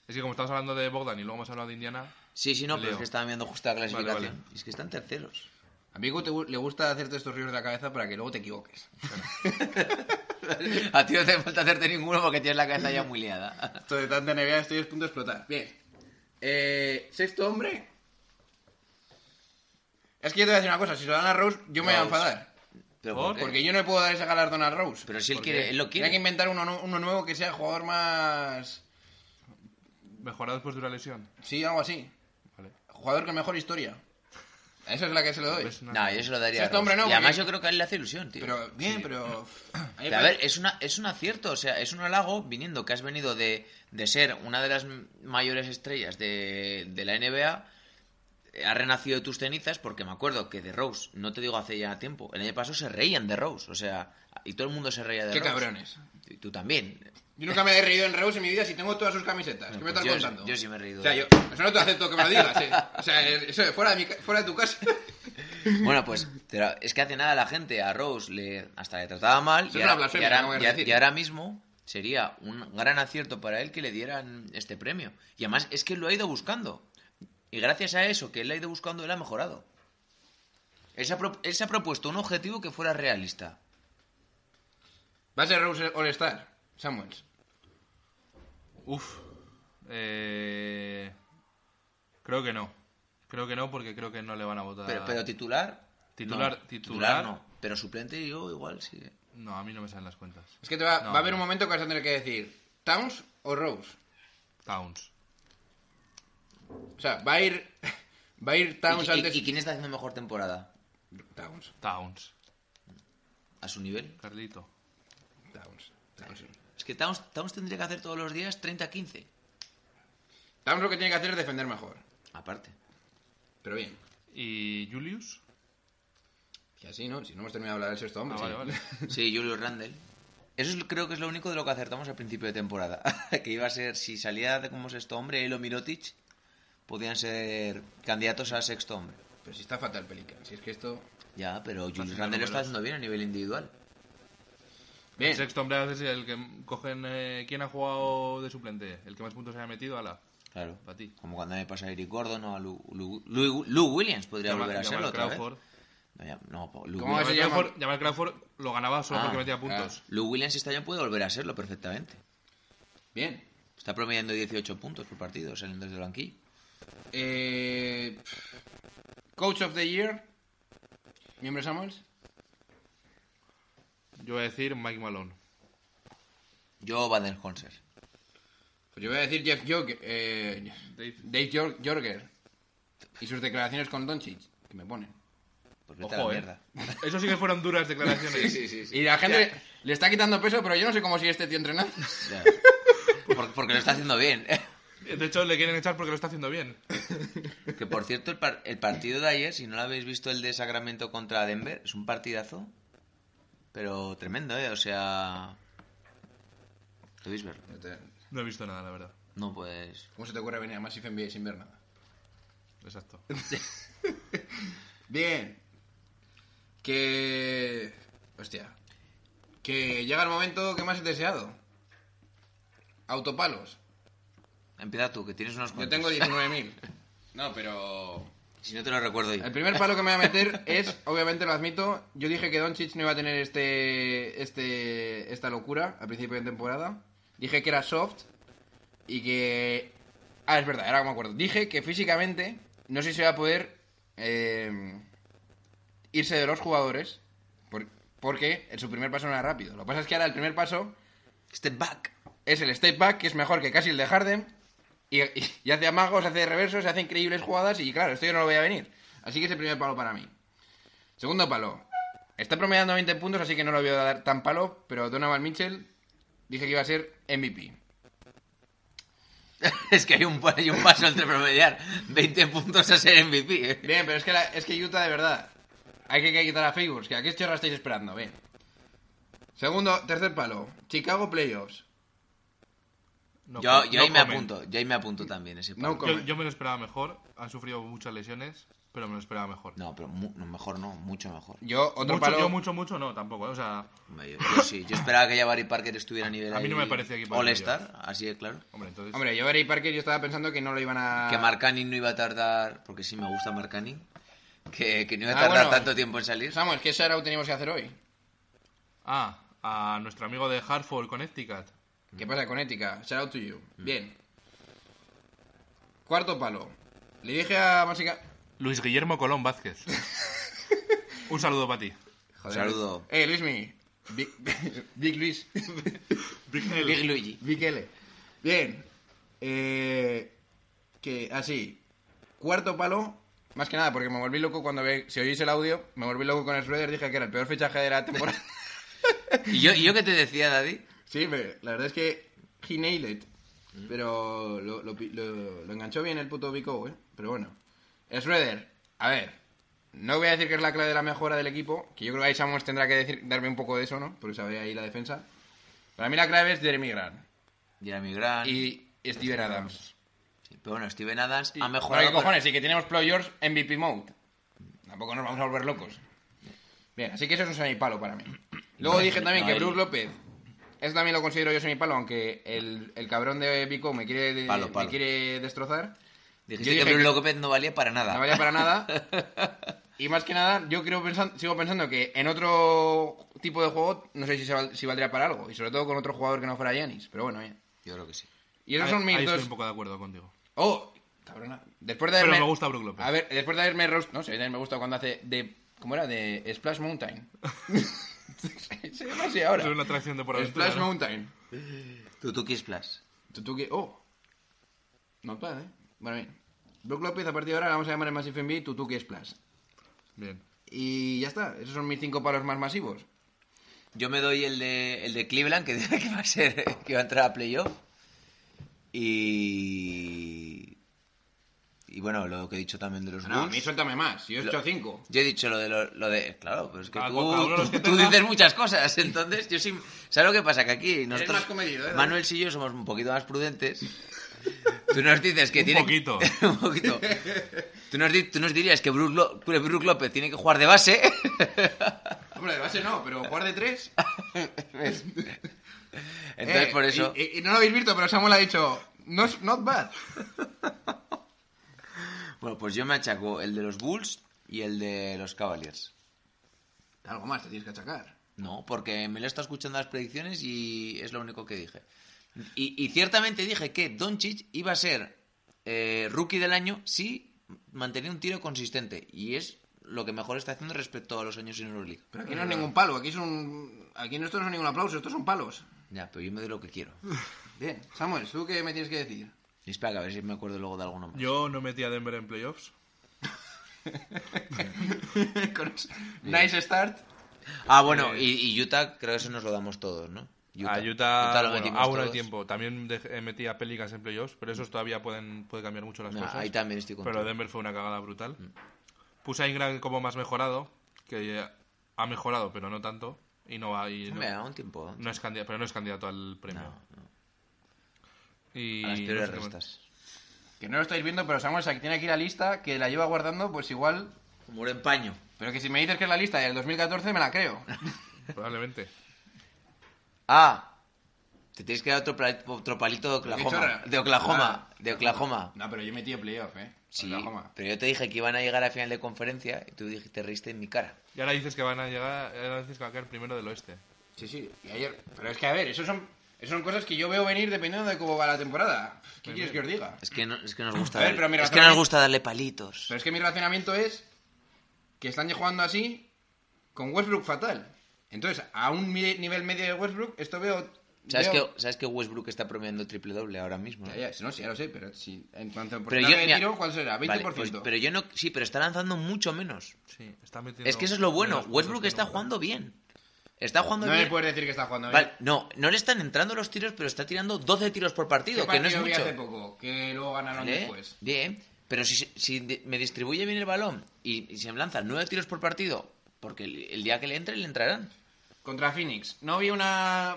Speaker 3: Es que como estamos hablando de Bogdan y luego hemos hablado de Indiana,
Speaker 4: Sí, sí, no, pero
Speaker 3: Leo.
Speaker 4: es que estaba viendo justo la clasificación.
Speaker 3: vale.
Speaker 4: Y es que están terceros.
Speaker 2: Amigo, te, gu- le gusta hacerte estos ríos de la cabeza para que luego te equivoques.
Speaker 4: A ti no te falta hacerte ninguno porque tienes la cabeza ya muy liada.
Speaker 2: Esto de tanta nevada estoy a punto de explotar. Bien. Eh, Sexto hombre. Es que yo te voy a decir una cosa, si se lo dan a Rose, yo me voy a
Speaker 4: Rose.
Speaker 2: enfadar.
Speaker 4: Pero
Speaker 3: ¿Por
Speaker 4: ¿por qué?
Speaker 2: Porque yo no le puedo dar ese galardón a Rose.
Speaker 4: Pero si él
Speaker 2: Porque
Speaker 4: quiere, él lo quiere.
Speaker 2: Tiene que inventar uno, nu- uno nuevo que sea el jugador más...
Speaker 3: Mejorado después de una lesión.
Speaker 2: Sí, algo así.
Speaker 3: Vale.
Speaker 2: Jugador con mejor historia. A esa es la que se lo doy.
Speaker 3: ¿Ves?
Speaker 4: Pues No, yo se lo daría a
Speaker 2: Este
Speaker 4: Rose.
Speaker 2: hombre no,
Speaker 4: Y además
Speaker 2: porque-
Speaker 4: yo creo que a él le hace ilusión, tío.
Speaker 2: Pero, bien, pero... mí me
Speaker 4: Pero a
Speaker 2: parece-
Speaker 4: ver, es, una, es un acierto, o sea, es un halago viniendo que has venido de, de ser una de las m- mayores estrellas de, de la NBA, eh, has renacido de tus cenizas, porque me acuerdo que de Rose, no te digo hace ya tiempo, el año pasado se reían de Rose, o sea, y todo el mundo se reía de
Speaker 2: Qué
Speaker 4: Rose.
Speaker 2: cabrones.
Speaker 4: Y tú también.
Speaker 2: Yo nunca me he reído en Reus en mi vida si tengo todas sus camisetas. ¿Qué me estás
Speaker 4: pues Yo-
Speaker 2: contando?
Speaker 4: yo sí me he reído.
Speaker 2: O sea, yo, eso no te acepto que me lo digas, eh. O sea, eso de fuera de, mi ca- fuera de tu casa.
Speaker 4: Bueno, pues te la- es que hace nada la gente a Rose le, hasta le trataba mal
Speaker 2: Eso
Speaker 4: y
Speaker 2: es una
Speaker 4: ahora,
Speaker 2: blasfemia,
Speaker 4: y ahora-
Speaker 2: acabo de
Speaker 4: y a-
Speaker 2: decir.
Speaker 4: y ahora mismo sería un gran acierto para él que le dieran este premio. Y además es que lo ha ido buscando. Y gracias a eso que él ha ido buscando, él ha mejorado. Él se ha, pro- él se ha propuesto un objetivo que fuera realista.
Speaker 2: Va a ser Reus All-Star, Samuels.
Speaker 3: Uf. Eh, creo que no. Creo que no porque creo que no le van a votar.
Speaker 2: Ah.
Speaker 4: Pero, pero titular...
Speaker 3: Titular-
Speaker 4: no.
Speaker 3: titular-
Speaker 4: no. Pero suplente yo igual sí. ¿eh?
Speaker 3: No, a mí no me salen las cuentas.
Speaker 2: Es que te va,
Speaker 3: No,
Speaker 2: va a haber
Speaker 3: no.
Speaker 2: un momento que vas a tener que decir Towns o Rose.
Speaker 3: Towns.
Speaker 2: O sea, va a ir, va a ir Towns
Speaker 4: ¿Y, y-
Speaker 2: antes...
Speaker 4: y quién está haciendo mejor temporada?
Speaker 2: Towns,
Speaker 3: Towns.
Speaker 4: ¿A su nivel?
Speaker 3: Carlito.
Speaker 2: Towns, Towns.
Speaker 4: Es que Towns, Towns tendría que hacer todos los días 30-15.
Speaker 2: Towns lo que tiene que hacer es defender mejor.
Speaker 4: Aparte.
Speaker 2: Pero bien.
Speaker 3: ¿Y Julius?
Speaker 2: Y así, ¿no? Si no hemos terminado de hablar del sexto hombre.
Speaker 3: Ah,
Speaker 2: sí.
Speaker 3: vale, vale.
Speaker 4: Sí, Julio Randle. Eso es- creo que es lo único de lo que acertamos al principio de temporada. que iba a ser, si salía de como sexto hombre, él o Mirotic, podían ser candidatos a sexto hombre.
Speaker 2: Pero si está fatal Pelican. Si es que esto...
Speaker 4: Ya, pero Julius
Speaker 3: haciendo
Speaker 4: Randle lo está
Speaker 3: números.
Speaker 4: haciendo bien a nivel individual.
Speaker 2: Bien.
Speaker 3: El sexto hombre a veces es el que cogen. eh, ¿Quién ha jugado de suplente? El que más puntos haya metido, ala.
Speaker 4: Claro.
Speaker 3: Pa' ti.
Speaker 4: Como cuando me pasa a Eric Gordon o a Lou, Lou- Lou- Lou Williams, podría
Speaker 3: Llama-
Speaker 4: volver a ¿eh?
Speaker 3: Jamal
Speaker 4: serlo otra vez.
Speaker 3: Crawford.
Speaker 4: No, ya- no, po- Lou,
Speaker 2: ¿Cómo
Speaker 4: Williams-
Speaker 2: se
Speaker 3: Jamal
Speaker 2: llama?
Speaker 3: Crawford, Jamal Crawford lo ganaba solo
Speaker 4: Ah,
Speaker 3: porque metía
Speaker 2: claro.
Speaker 3: puntos.
Speaker 4: Lou Williams este año puede volver a serlo perfectamente.
Speaker 2: Bien.
Speaker 4: Está promediando 18 puntos por partido, saliendo desde el banquillo.
Speaker 2: Eh, pff. Coach of the Year. Miembro Samuels.
Speaker 3: Yo voy a decir Mike Malone.
Speaker 4: Yo, Baden Honser.
Speaker 2: Pues yo voy a decir Jeff Jorger. Eh,
Speaker 3: Dave.
Speaker 2: Dave Jor- Jorger. Y sus declaraciones con Doncic. Que me ponen.
Speaker 4: Pues vete a la
Speaker 3: Ojo, eh.
Speaker 4: mierda.
Speaker 3: Eso sí que fueron duras declaraciones.
Speaker 2: Y la gente le está quitando peso, pero yo no sé cómo sigue este tío entrenando.
Speaker 4: Ya. Por- porque lo está haciendo bien.
Speaker 3: De hecho, le quieren echar porque lo está haciendo bien.
Speaker 4: Que por cierto, el, par- el partido de ayer, si no lo habéis visto, el de Sacramento contra Denver, es un partidazo. Pero tremendo, ¿eh? O sea. ¿Podéis verlo?
Speaker 3: No he visto nada, la verdad.
Speaker 4: No, pues.
Speaker 2: ¿Cómo se te ocurre venir a Massive NBA sin ver nada?
Speaker 3: Exacto.
Speaker 2: Bien. Que. Hostia. Que llega el momento que más he deseado. Autopalos.
Speaker 4: Empieza tú, que tienes unos
Speaker 2: Yo
Speaker 4: cuantos.
Speaker 2: tengo 19.000. No, pero...
Speaker 4: Si no te lo recuerdo yo.
Speaker 2: El primer palo que me voy a meter es, obviamente lo admito, yo dije que Doncic no iba a tener este, este, esta locura al principio de temporada. Dije que era soft y que... Ah, es verdad, ahora me acuerdo. Dije que físicamente no sé si va a poder eh, irse de los jugadores por- porque en su primer paso no era rápido. Lo que pasa es que ahora el primer paso
Speaker 4: Step back.
Speaker 2: es el step back, que es mejor que casi el de Harden. Y, y- y hace amagos, hace reversos, hace increíbles jugadas. Y claro, esto yo no lo voy a venir. Así que ese primer palo para mí. Segundo palo. Está promediando 20 puntos, así que no lo voy a dar tan palo. Pero Donovan Mitchell dije que iba a ser MVP.
Speaker 4: es que hay un, pa- hay un paso entre promediar 20 puntos a ser MVP. ¿eh?
Speaker 2: Bien, pero es que, la- es que Utah de verdad. Hay que, hay que quitar a Favors, que a qué chorra estáis esperando. Bien. Segundo, tercer palo. Chicago Playoffs.
Speaker 3: No
Speaker 4: yo
Speaker 3: com-
Speaker 4: yo
Speaker 3: no
Speaker 4: ahí me
Speaker 3: comen.
Speaker 4: apunto, yo ahí me apunto también ese
Speaker 2: No
Speaker 4: palo.
Speaker 2: com-
Speaker 3: Yo,
Speaker 2: Comen.
Speaker 3: yo me lo esperaba mejor. Han sufrido muchas lesiones. pero me lo esperaba mejor.
Speaker 4: No, pero mu- no, mejor no, mucho mejor.
Speaker 2: Yo, otro
Speaker 3: mucho,
Speaker 2: palo.
Speaker 3: yo mucho, mucho no, tampoco. ¿eh? O sea,
Speaker 4: Hombre, Yo, yo sí, yo esperaba que ya Barry Parker estuviera a nivel
Speaker 3: A mí no me
Speaker 4: ahí
Speaker 3: parece equipo de
Speaker 4: All-Star, así de claro.
Speaker 3: hombre, entonces...
Speaker 2: Hombre, yo Barry Parker yo estaba pensando que no lo iban a.
Speaker 4: Que Marcani no iba a tardar, porque sí me gusta Marcani, que, que no iba a
Speaker 2: Ah,
Speaker 4: tardar
Speaker 2: bueno.
Speaker 4: tanto tiempo en salir.
Speaker 2: Samuel, ¿qué Sharao teníamos que hacer hoy?
Speaker 3: Ah, a nuestro amigo de Hartford, Connecticut.
Speaker 2: ¿Qué pasa con ética? Shout out to you. Bien. Cuarto palo. Le dije a Másica.
Speaker 3: Luis Guillermo Colón Vázquez. Un saludo para ti.
Speaker 2: Joder.
Speaker 4: Saludo.
Speaker 2: Eh, Luismi. Big, Big Luis.
Speaker 4: Big Luigi.
Speaker 2: Big L. Bien. Eh, que así. Cuarto palo. Más que nada, porque me volví loco cuando ve, si oís el audio, me volví loco con el Schroeder, dije que era el peor fichaje de la temporada.
Speaker 4: ¿Y yo, y yo qué te decía, Daddy?
Speaker 2: Sí, pero la verdad es que he nailed it. Pero lo, lo pi- lo- lo enganchó bien el puto Bico, ¿eh? Pero bueno. Schroeder, a ver. No voy a decir que es la clave de la mejora del equipo, que yo creo que ahí Samuels tendrá que decir, darme un poco de eso, ¿no? Porque sabría ahí la defensa. Para mí la clave es Jeremy Grant
Speaker 4: Jeremy Grant.
Speaker 2: y Steven Adams.
Speaker 4: Sí, Pero bueno, Steven Adams ha
Speaker 2: Bueno,
Speaker 4: mejorado.
Speaker 2: ¿qué cojones? Y que tenemos players MVP mode. Tampoco nos vamos a volver locos. Bien, así que eso es un semipalo para mí. Luego
Speaker 4: No,
Speaker 2: dije
Speaker 4: no,
Speaker 2: también
Speaker 4: no
Speaker 2: que
Speaker 4: hay-
Speaker 2: Bruce López. Eso también lo considero yo semipalo, aunque el, el cabrón de Vico me quiere, de-
Speaker 4: Palo, palo.
Speaker 2: me quiere destrozar.
Speaker 4: Dijiste
Speaker 2: Yo
Speaker 4: que
Speaker 2: dije
Speaker 4: Bruno
Speaker 2: que-
Speaker 4: López no valía para nada.
Speaker 2: No valía para nada. Y más que nada, yo creo pensan- sigo pensando que en otro tipo de juego no sé si, se val- si valdría para algo. Y sobre todo con otro jugador que no fuera Yanis. Pero bueno, bien.
Speaker 4: Yo creo que sí.
Speaker 2: Y esos
Speaker 3: Ahí-
Speaker 2: son mis
Speaker 3: ahí estoy
Speaker 2: dos
Speaker 3: un poco de acuerdo contigo.
Speaker 2: Oh, cabrona. Después de
Speaker 3: Pero
Speaker 2: haberme...
Speaker 3: me gusta Brook López.
Speaker 2: A ver, después de haberme roast... No sé, me gusta cuando hace de... ¿Cómo era? De Splash Mountain. Se llama así ahora.
Speaker 3: Es una atracción de por aventura,
Speaker 2: Splash
Speaker 3: ¿no?
Speaker 2: Mountain.
Speaker 4: Tutuki Splash.
Speaker 2: ¿Tú, tú qué? Oh. No bad, ¿eh? Bueno, bien. Brook López, a partir de ahora, la vamos a llamar en Massive MB Tutuki Splash.
Speaker 3: Bien.
Speaker 2: Y ya está. Esos son mis cinco palos más masivos.
Speaker 4: Yo me doy el de, el de Cleveland, que dice que va a ser que va a entrar a playoff. Y. Y bueno, lo que he dicho también de los
Speaker 2: No, a
Speaker 4: Bulls.
Speaker 2: mí suéltame más. Yo he
Speaker 4: Lo-
Speaker 2: hecho cinco.
Speaker 4: Yo he dicho lo de. Lo, lo de claro, pero es que
Speaker 3: Cada-
Speaker 4: tú,
Speaker 3: cada uno de los que
Speaker 4: tú- tú
Speaker 3: tenga.
Speaker 4: dices muchas cosas. Entonces, yo sí. ¿Sabes lo que pasa? Que aquí nosotros.
Speaker 2: más comedido, ¿eh?
Speaker 4: Manuel y yo somos un poquito más prudentes. Tú nos dices que
Speaker 3: Un
Speaker 4: tiene.
Speaker 3: poquito.
Speaker 4: un poquito. Tú nos, di- tú nos dirías que Brook, Lo- Brook López tiene que jugar de base.
Speaker 3: Eh,
Speaker 2: Hombre, de base no, pero jugar de tres...
Speaker 4: Entonces,
Speaker 2: Eh,
Speaker 4: por eso.
Speaker 2: Y, y- y no lo habéis visto, pero Samuel ha dicho... No, es- not bad.
Speaker 4: Bueno, pues yo me achaco el de los Bulls y el de los Cavaliers.
Speaker 2: Algo más te tienes que achacar.
Speaker 4: No, porque me lo está escuchando las predicciones y es lo único que dije. Y, y ciertamente dije que Doncic iba a ser eh, rookie del año si mantenía un tiro consistente. Y es lo que mejor está haciendo respecto a los años en Euroleague.
Speaker 2: Pero aquí no es ningún palo, aquí es un... Aquí no, esto no es ningún aplauso, estos son palos.
Speaker 4: Ya, pero yo me doy lo que quiero.
Speaker 2: Bien, Samuel, ¿tú qué me tienes que decir?
Speaker 4: Y espera, que a ver si me acuerdo luego de alguno más.
Speaker 3: Yo no metí a Denver en playoffs.
Speaker 2: Con- nice start.
Speaker 4: Ah, bueno, y, y Utah, creo que eso nos lo damos todos, ¿no?
Speaker 3: A Ah, Utah,
Speaker 4: lo
Speaker 3: bueno,
Speaker 4: metimos
Speaker 3: aún hay
Speaker 4: todos.
Speaker 3: tiempo. También dej- eh, metí a Pelicans en playoffs, pero esos todavía pueden puede cambiar mucho las
Speaker 4: Nah,
Speaker 3: cosas.
Speaker 4: ahí también estoy
Speaker 3: Pero
Speaker 4: contigo.
Speaker 3: Denver fue una cagada brutal. Puse a Ingram como más mejorado, que eh, ha mejorado, pero no tanto. Y no va y no-
Speaker 4: Hombre, aún tiempo. ¿eh? aún
Speaker 3: no es candidato, pero no es candidato al premio.
Speaker 4: No,
Speaker 3: Y
Speaker 4: A las
Speaker 3: no
Speaker 4: peores
Speaker 3: sé qué más.
Speaker 4: restas.
Speaker 2: Que no lo estáis viendo, pero Samuel sa- tiene aquí la lista que la lleva guardando, pues igual...
Speaker 4: Humor en paño.
Speaker 2: Pero que si me dices que es la lista del 2014, me la creo.
Speaker 3: Probablemente.
Speaker 4: Ah, te tienes que dar otro, pla- otro palito de Oklahoma.
Speaker 2: chorra.
Speaker 4: De Oklahoma,
Speaker 2: Ah.
Speaker 4: de Oklahoma.
Speaker 2: No, pero yo he metido playoff, ¿eh?
Speaker 4: Sí,
Speaker 2: Oklahoma.
Speaker 4: pero yo te dije que iban a llegar a final de conferencia y tú dijiste, te reíste en mi cara.
Speaker 3: Y ahora dices que van a llegar, ahora dices que va a caer primero del oeste.
Speaker 2: Sí, sí, y ayer... Pero es que, a ver, eso son... Eso son cosas que yo veo venir dependiendo de cómo va la temporada. ¿Qué quieres que os diga?
Speaker 4: Es que, no- es que nos gusta,
Speaker 2: A ver,
Speaker 4: darle-
Speaker 2: Eh, pero mira,
Speaker 4: es que
Speaker 2: otra
Speaker 4: nos
Speaker 2: vez-
Speaker 4: gusta darle palitos.
Speaker 2: Pero es que mi relacionamiento es que están ya jugando así con Westbrook fatal. Entonces, a un mi- nivel medio de Westbrook, esto veo...
Speaker 4: ¿Sabes que,
Speaker 2: veo-
Speaker 4: ¿Sabes que Westbrook está promediando triple doble ahora mismo?
Speaker 2: Ya,
Speaker 4: eh?
Speaker 2: ya, si no, sí, ya lo sé, pero si... En cuanto a
Speaker 4: Pero
Speaker 2: porcentaje de
Speaker 4: mira,
Speaker 2: tiro, ¿cuál será? 20%.
Speaker 4: vale, pues- pero yo no... Sí, pero está lanzando mucho menos.
Speaker 3: Sí, está metiendo
Speaker 4: Es que eso es lo bueno.
Speaker 3: menos puntos
Speaker 4: Westbrook
Speaker 3: que
Speaker 4: está
Speaker 3: nunca.
Speaker 4: jugando bien. Está jugando
Speaker 2: No me
Speaker 4: bien.
Speaker 2: puedes decir que está jugando bien.
Speaker 4: Vale, no, no le están entrando los tiros, pero está tirando 12 tiros por partido,
Speaker 2: ¿Qué
Speaker 4: que no es
Speaker 2: partido vi
Speaker 4: mucho. ¿Eh?
Speaker 2: hace poco? Que luego ganaron
Speaker 4: ¿Vale?
Speaker 2: después.
Speaker 4: Bien, pero si, si di- me distribuye bien el balón y, y se me lanzan nueve tiros por partido, porque el, el día que le entre, le entrarán.
Speaker 2: Contra Phoenix. No vi una...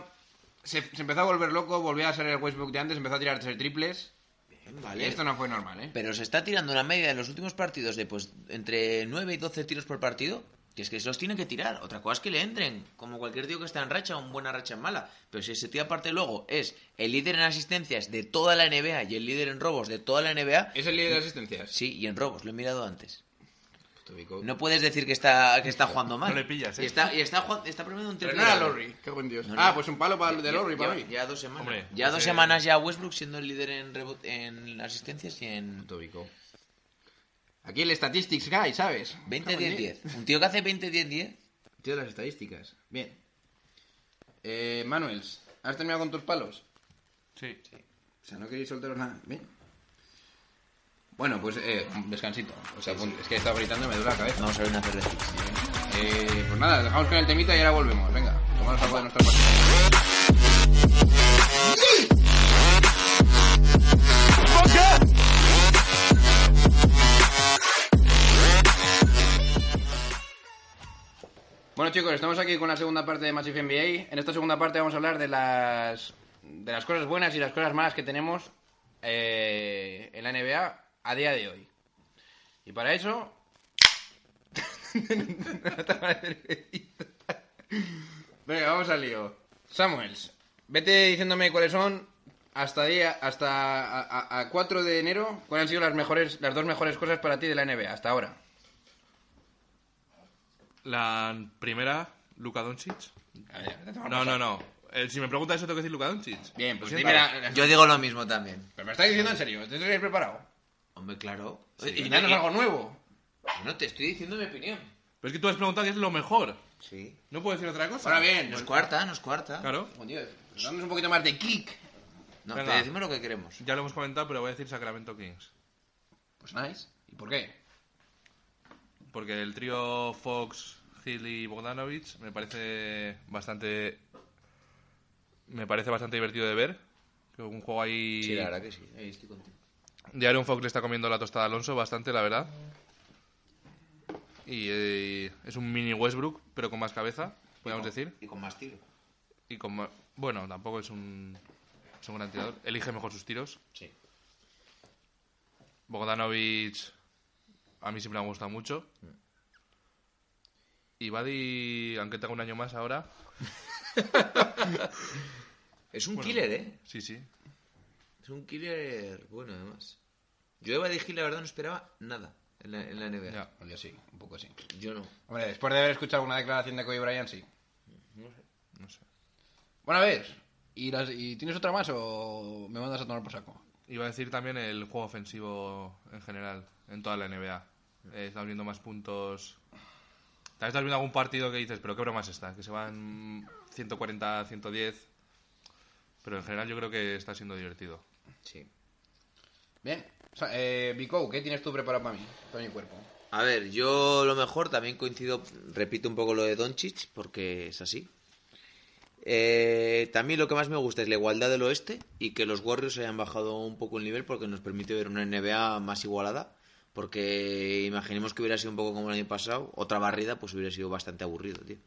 Speaker 2: Se, se empezó a volver loco, volvió a ser el Westbrook de antes, empezó a tirar tres triples.
Speaker 4: Vale.
Speaker 2: Esto no fue normal, ¿eh?
Speaker 4: Pero se está tirando una media en los últimos partidos de pues entre 9 y 12 tiros por partido. Que es que se los tienen que tirar. Otra cosa es que le entren. Como cualquier tío que está en racha, un buena racha en mala. Pero si ese tío aparte luego es el líder en asistencias de toda la NBA y el líder en robos de toda la NBA.
Speaker 2: Es el líder de asistencias.
Speaker 4: Sí, y en robos, lo he mirado antes.
Speaker 2: Puto bico.
Speaker 4: No puedes decir que está, que está jugando mal.
Speaker 3: No le pillas, ¿eh?
Speaker 4: Y está, y está, jugando- está premiando un triple
Speaker 2: Pero no era
Speaker 4: doble.
Speaker 2: Lowry, qué buen dios.
Speaker 4: No, no.
Speaker 2: Ah, pues un palo para, de Lowry
Speaker 4: ya,
Speaker 2: para mí.
Speaker 4: ya dos semanas.
Speaker 3: Hombre,
Speaker 4: ya dos
Speaker 3: pues, eh,
Speaker 4: semanas ya Westbrook siendo el líder en, rebote- en asistencias y en
Speaker 2: Puto bico. Aquí el Statistics Guy, ¿sabes? Cago en
Speaker 4: 20-10-10. Un tío que hace 20-10-10.
Speaker 2: Tío de las estadísticas. Bien. Eh, Manuels, ¿has terminado con tus palos?
Speaker 3: Sí.
Speaker 2: O sea, no queréis soltaros nada. Bien. Bueno, pues eh, descansito. O sea, pun- es que he estado gritando y me duele la cabeza.
Speaker 4: Vamos a ver una cervecita.
Speaker 2: Eh, pues nada, dejamos con el temita y ahora volvemos. Venga, tomamos algo de nuestra parte. Bueno chicos, estamos aquí con la segunda parte de Massive NBA. En esta segunda parte vamos a hablar de las, de las cosas buenas y las cosas malas que tenemos eh, en la NBA a día de hoy. Y para eso... Hasta parece que- Venga, vamos al lío. Samuels, vete diciéndome cuáles son hasta día, hasta a, a- a 4 de enero, cuáles han sido las mejores, las dos mejores cosas para ti de la NBA hasta ahora.
Speaker 3: La primera, Luka Doncic. No, no, no. Eh, si me pregunta eso, tengo que decir Luka Doncic.
Speaker 2: Bien, pues
Speaker 3: Lo
Speaker 2: dime
Speaker 3: siento.
Speaker 2: la- la-
Speaker 4: Yo digo lo mismo también.
Speaker 2: Pero me estás diciendo en serio, ¿te tenéis preparado?
Speaker 4: Hombre, claro.
Speaker 2: y danos algo nuevo.
Speaker 4: no te estoy diciendo mi opinión.
Speaker 3: Pero es que tú has preguntado qué es lo mejor.
Speaker 4: Sí.
Speaker 3: No puedo decir otra cosa.
Speaker 2: Ahora bien,
Speaker 4: Nos
Speaker 2: pues,
Speaker 4: cuarta, nos cuarta.
Speaker 3: Claro.
Speaker 2: coño, Dios, danos un poquito más de kick.
Speaker 4: No,
Speaker 3: Venga.
Speaker 4: te decimos lo que queremos.
Speaker 3: Ya lo hemos comentado, pero voy a decir Sacramento Kings.
Speaker 2: Pues nice. ¿Y por qué?
Speaker 3: Porque el trío Fox, Hill y Bogdanovich me parece bastante. Me parece bastante divertido de ver. Que un juego ahí.
Speaker 4: que sí. estoy contigo.
Speaker 3: De Aaron Fox le está comiendo la tostada a Alonso bastante, la verdad. Y eh, es un mini Westbrook, pero con más cabeza, podríamos decir.
Speaker 4: Y con más tiro.
Speaker 3: Y con ma- Bueno, tampoco es un, es un gran tirador. Elige mejor sus tiros.
Speaker 4: Sí.
Speaker 3: Bogdanovich a mí siempre me ha gustado mucho. Y Buddy, aunque tenga un año más ahora,
Speaker 4: Es un killer, ¿eh?
Speaker 3: sí, sí.
Speaker 4: Es un killer bueno, además. Yo Eva de Gil, la verdad, no esperaba nada en la, en la NBA.
Speaker 3: Ya.
Speaker 2: Pues yo sí, un poco sí.
Speaker 4: Yo no.
Speaker 2: Hombre, después de haber escuchado una declaración de Kobe Bryant, sí.
Speaker 3: No sé.
Speaker 2: Bueno, a ver, ¿y, las- y tienes otra más o me mandas a tomar por saco?
Speaker 3: Iba a decir también el juego ofensivo en general, en toda la NBA. Eh, estás viendo más puntos. Tal vez estás viendo algún partido que dices, pero qué broma es esta, que se van 140, 110. Pero en general yo creo que está siendo divertido.
Speaker 4: Sí.
Speaker 2: Bien. O sea, eh, Bico, ¿qué tienes tú preparado para mí? Para mi cuerpo.
Speaker 4: A ver, yo lo mejor también coincido, repito un poco lo de Doncic, porque es así. Eh, también lo que más me gusta es la igualdad del oeste y que los Warriors hayan bajado un poco el nivel porque nos permite ver una NBA más igualada. Porque imaginemos que hubiera sido un poco como el año pasado, otra barrida, pues hubiera sido bastante aburrido, tío.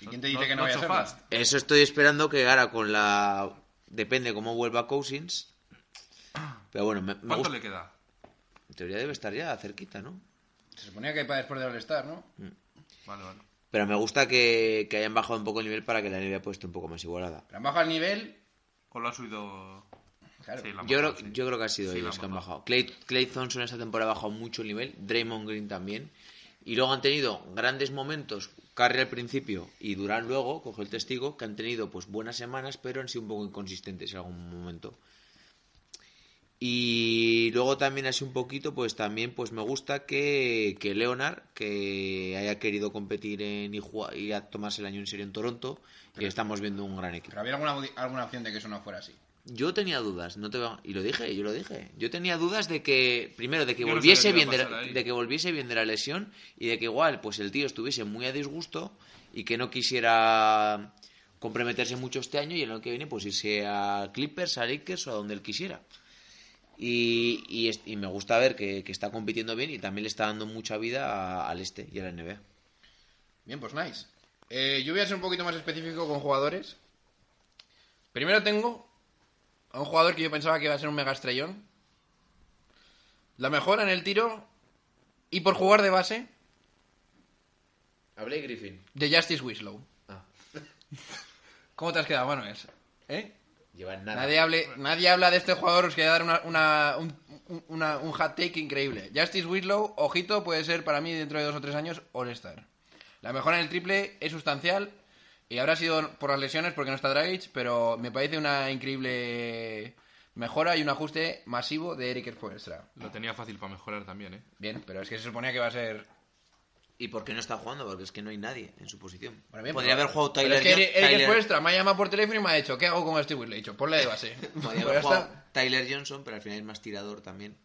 Speaker 2: ¿Y quién te dice que no vaya a
Speaker 3: so
Speaker 2: serlo?
Speaker 3: fast.
Speaker 4: Eso estoy esperando que ahora con la. Depende cómo vuelva Cousins. Pero bueno, me, me
Speaker 3: ¿Cuánto
Speaker 4: gusta-
Speaker 3: le queda?
Speaker 4: En teoría debe estar ya cerquita, ¿no?
Speaker 2: Se suponía que para después de All-Star, ¿no?
Speaker 3: Vale, vale.
Speaker 4: Pero me gusta que, que hayan bajado un poco el nivel para que la NBA pueda estar un poco más igualada.
Speaker 2: Pero han bajado el nivel.
Speaker 3: ¿O lo ha subido?
Speaker 2: Claro.
Speaker 3: Sí, la han
Speaker 4: Yo creo,
Speaker 3: bajado, sí.
Speaker 4: yo creo que ha sido
Speaker 3: Sí, la
Speaker 4: ellos
Speaker 3: han
Speaker 4: que han
Speaker 3: bajado.
Speaker 4: bajado. Clay, Clay Thompson esta temporada ha bajado mucho el nivel, Draymond Green también. Y luego han tenido grandes momentos, Curry al principio y Durán luego, coge el testigo, que han tenido pues buenas semanas, pero han sido un poco inconsistentes en algún momento. Y luego también así un poquito, pues también pues me gusta que, que Leonard, que haya querido competir en y, jugar- y a tomarse el año en serio en Toronto, y estamos viendo un gran equipo.
Speaker 2: Pero había alguna, alguna opción de que eso no fuera así.
Speaker 4: Yo tenía dudas, no te va- y lo dije, yo lo dije. Yo tenía dudas de que primero de que
Speaker 3: Yo no
Speaker 4: volviese
Speaker 3: sabía qué
Speaker 4: bien
Speaker 3: iba
Speaker 4: de,
Speaker 3: a
Speaker 4: la,
Speaker 3: pasar ahí.
Speaker 4: de que volviese bien de la lesión y de que igual pues el tío estuviese muy a disgusto y que no quisiera comprometerse mucho este año y el año que viene pues irse a Clippers, a Lakers o a donde él quisiera. Y, y es- y me gusta ver que, que está compitiendo bien y también le está dando mucha vida a- al este y a la NBA.
Speaker 2: Bien, pues nice. Eh, yo voy a ser un poquito más específico con jugadores. Primero tengo a un jugador que yo pensaba que iba a ser un mega estrellón, La mejora en el tiro y por jugar de base
Speaker 4: A Blake Griffin.
Speaker 2: de Justice Winslow.
Speaker 4: Ah,
Speaker 2: ¿Cómo te has quedado, Manuel? ¿Eh?
Speaker 4: lleva nada.
Speaker 2: Nadie, hable, nadie habla de este jugador, os quería dar una, una- un, un- una- un hat take increíble. Justice Winslow, ojito, puede ser para mí dentro de dos o tres años All-Star. La mejora en el triple es sustancial y habrá sido por las lesiones porque no está Dragic, pero me parece una increíble mejora y un ajuste masivo de Eric Spoelstra.
Speaker 3: Lo tenía fácil para mejorar también, ¿eh?
Speaker 2: Bien, pero es que se suponía que va a ser...
Speaker 4: ¿Y por qué no está jugando? Porque es que no hay nadie en su posición.
Speaker 2: Bueno, bien,
Speaker 4: Podría
Speaker 2: pero-
Speaker 4: haber jugado
Speaker 2: pero
Speaker 4: Tyler
Speaker 2: es que
Speaker 4: Jones.
Speaker 2: Eric, Eric
Speaker 4: Tyler-
Speaker 2: Spoelstra me ha llamado por teléfono y me ha dicho, ¿qué hago con este Winslow? Le he dicho, ponle de base.
Speaker 4: Podría
Speaker 2: Pues ya
Speaker 4: haber jugado
Speaker 2: está.
Speaker 4: Tyler Johnson, pero al final es más tirador también.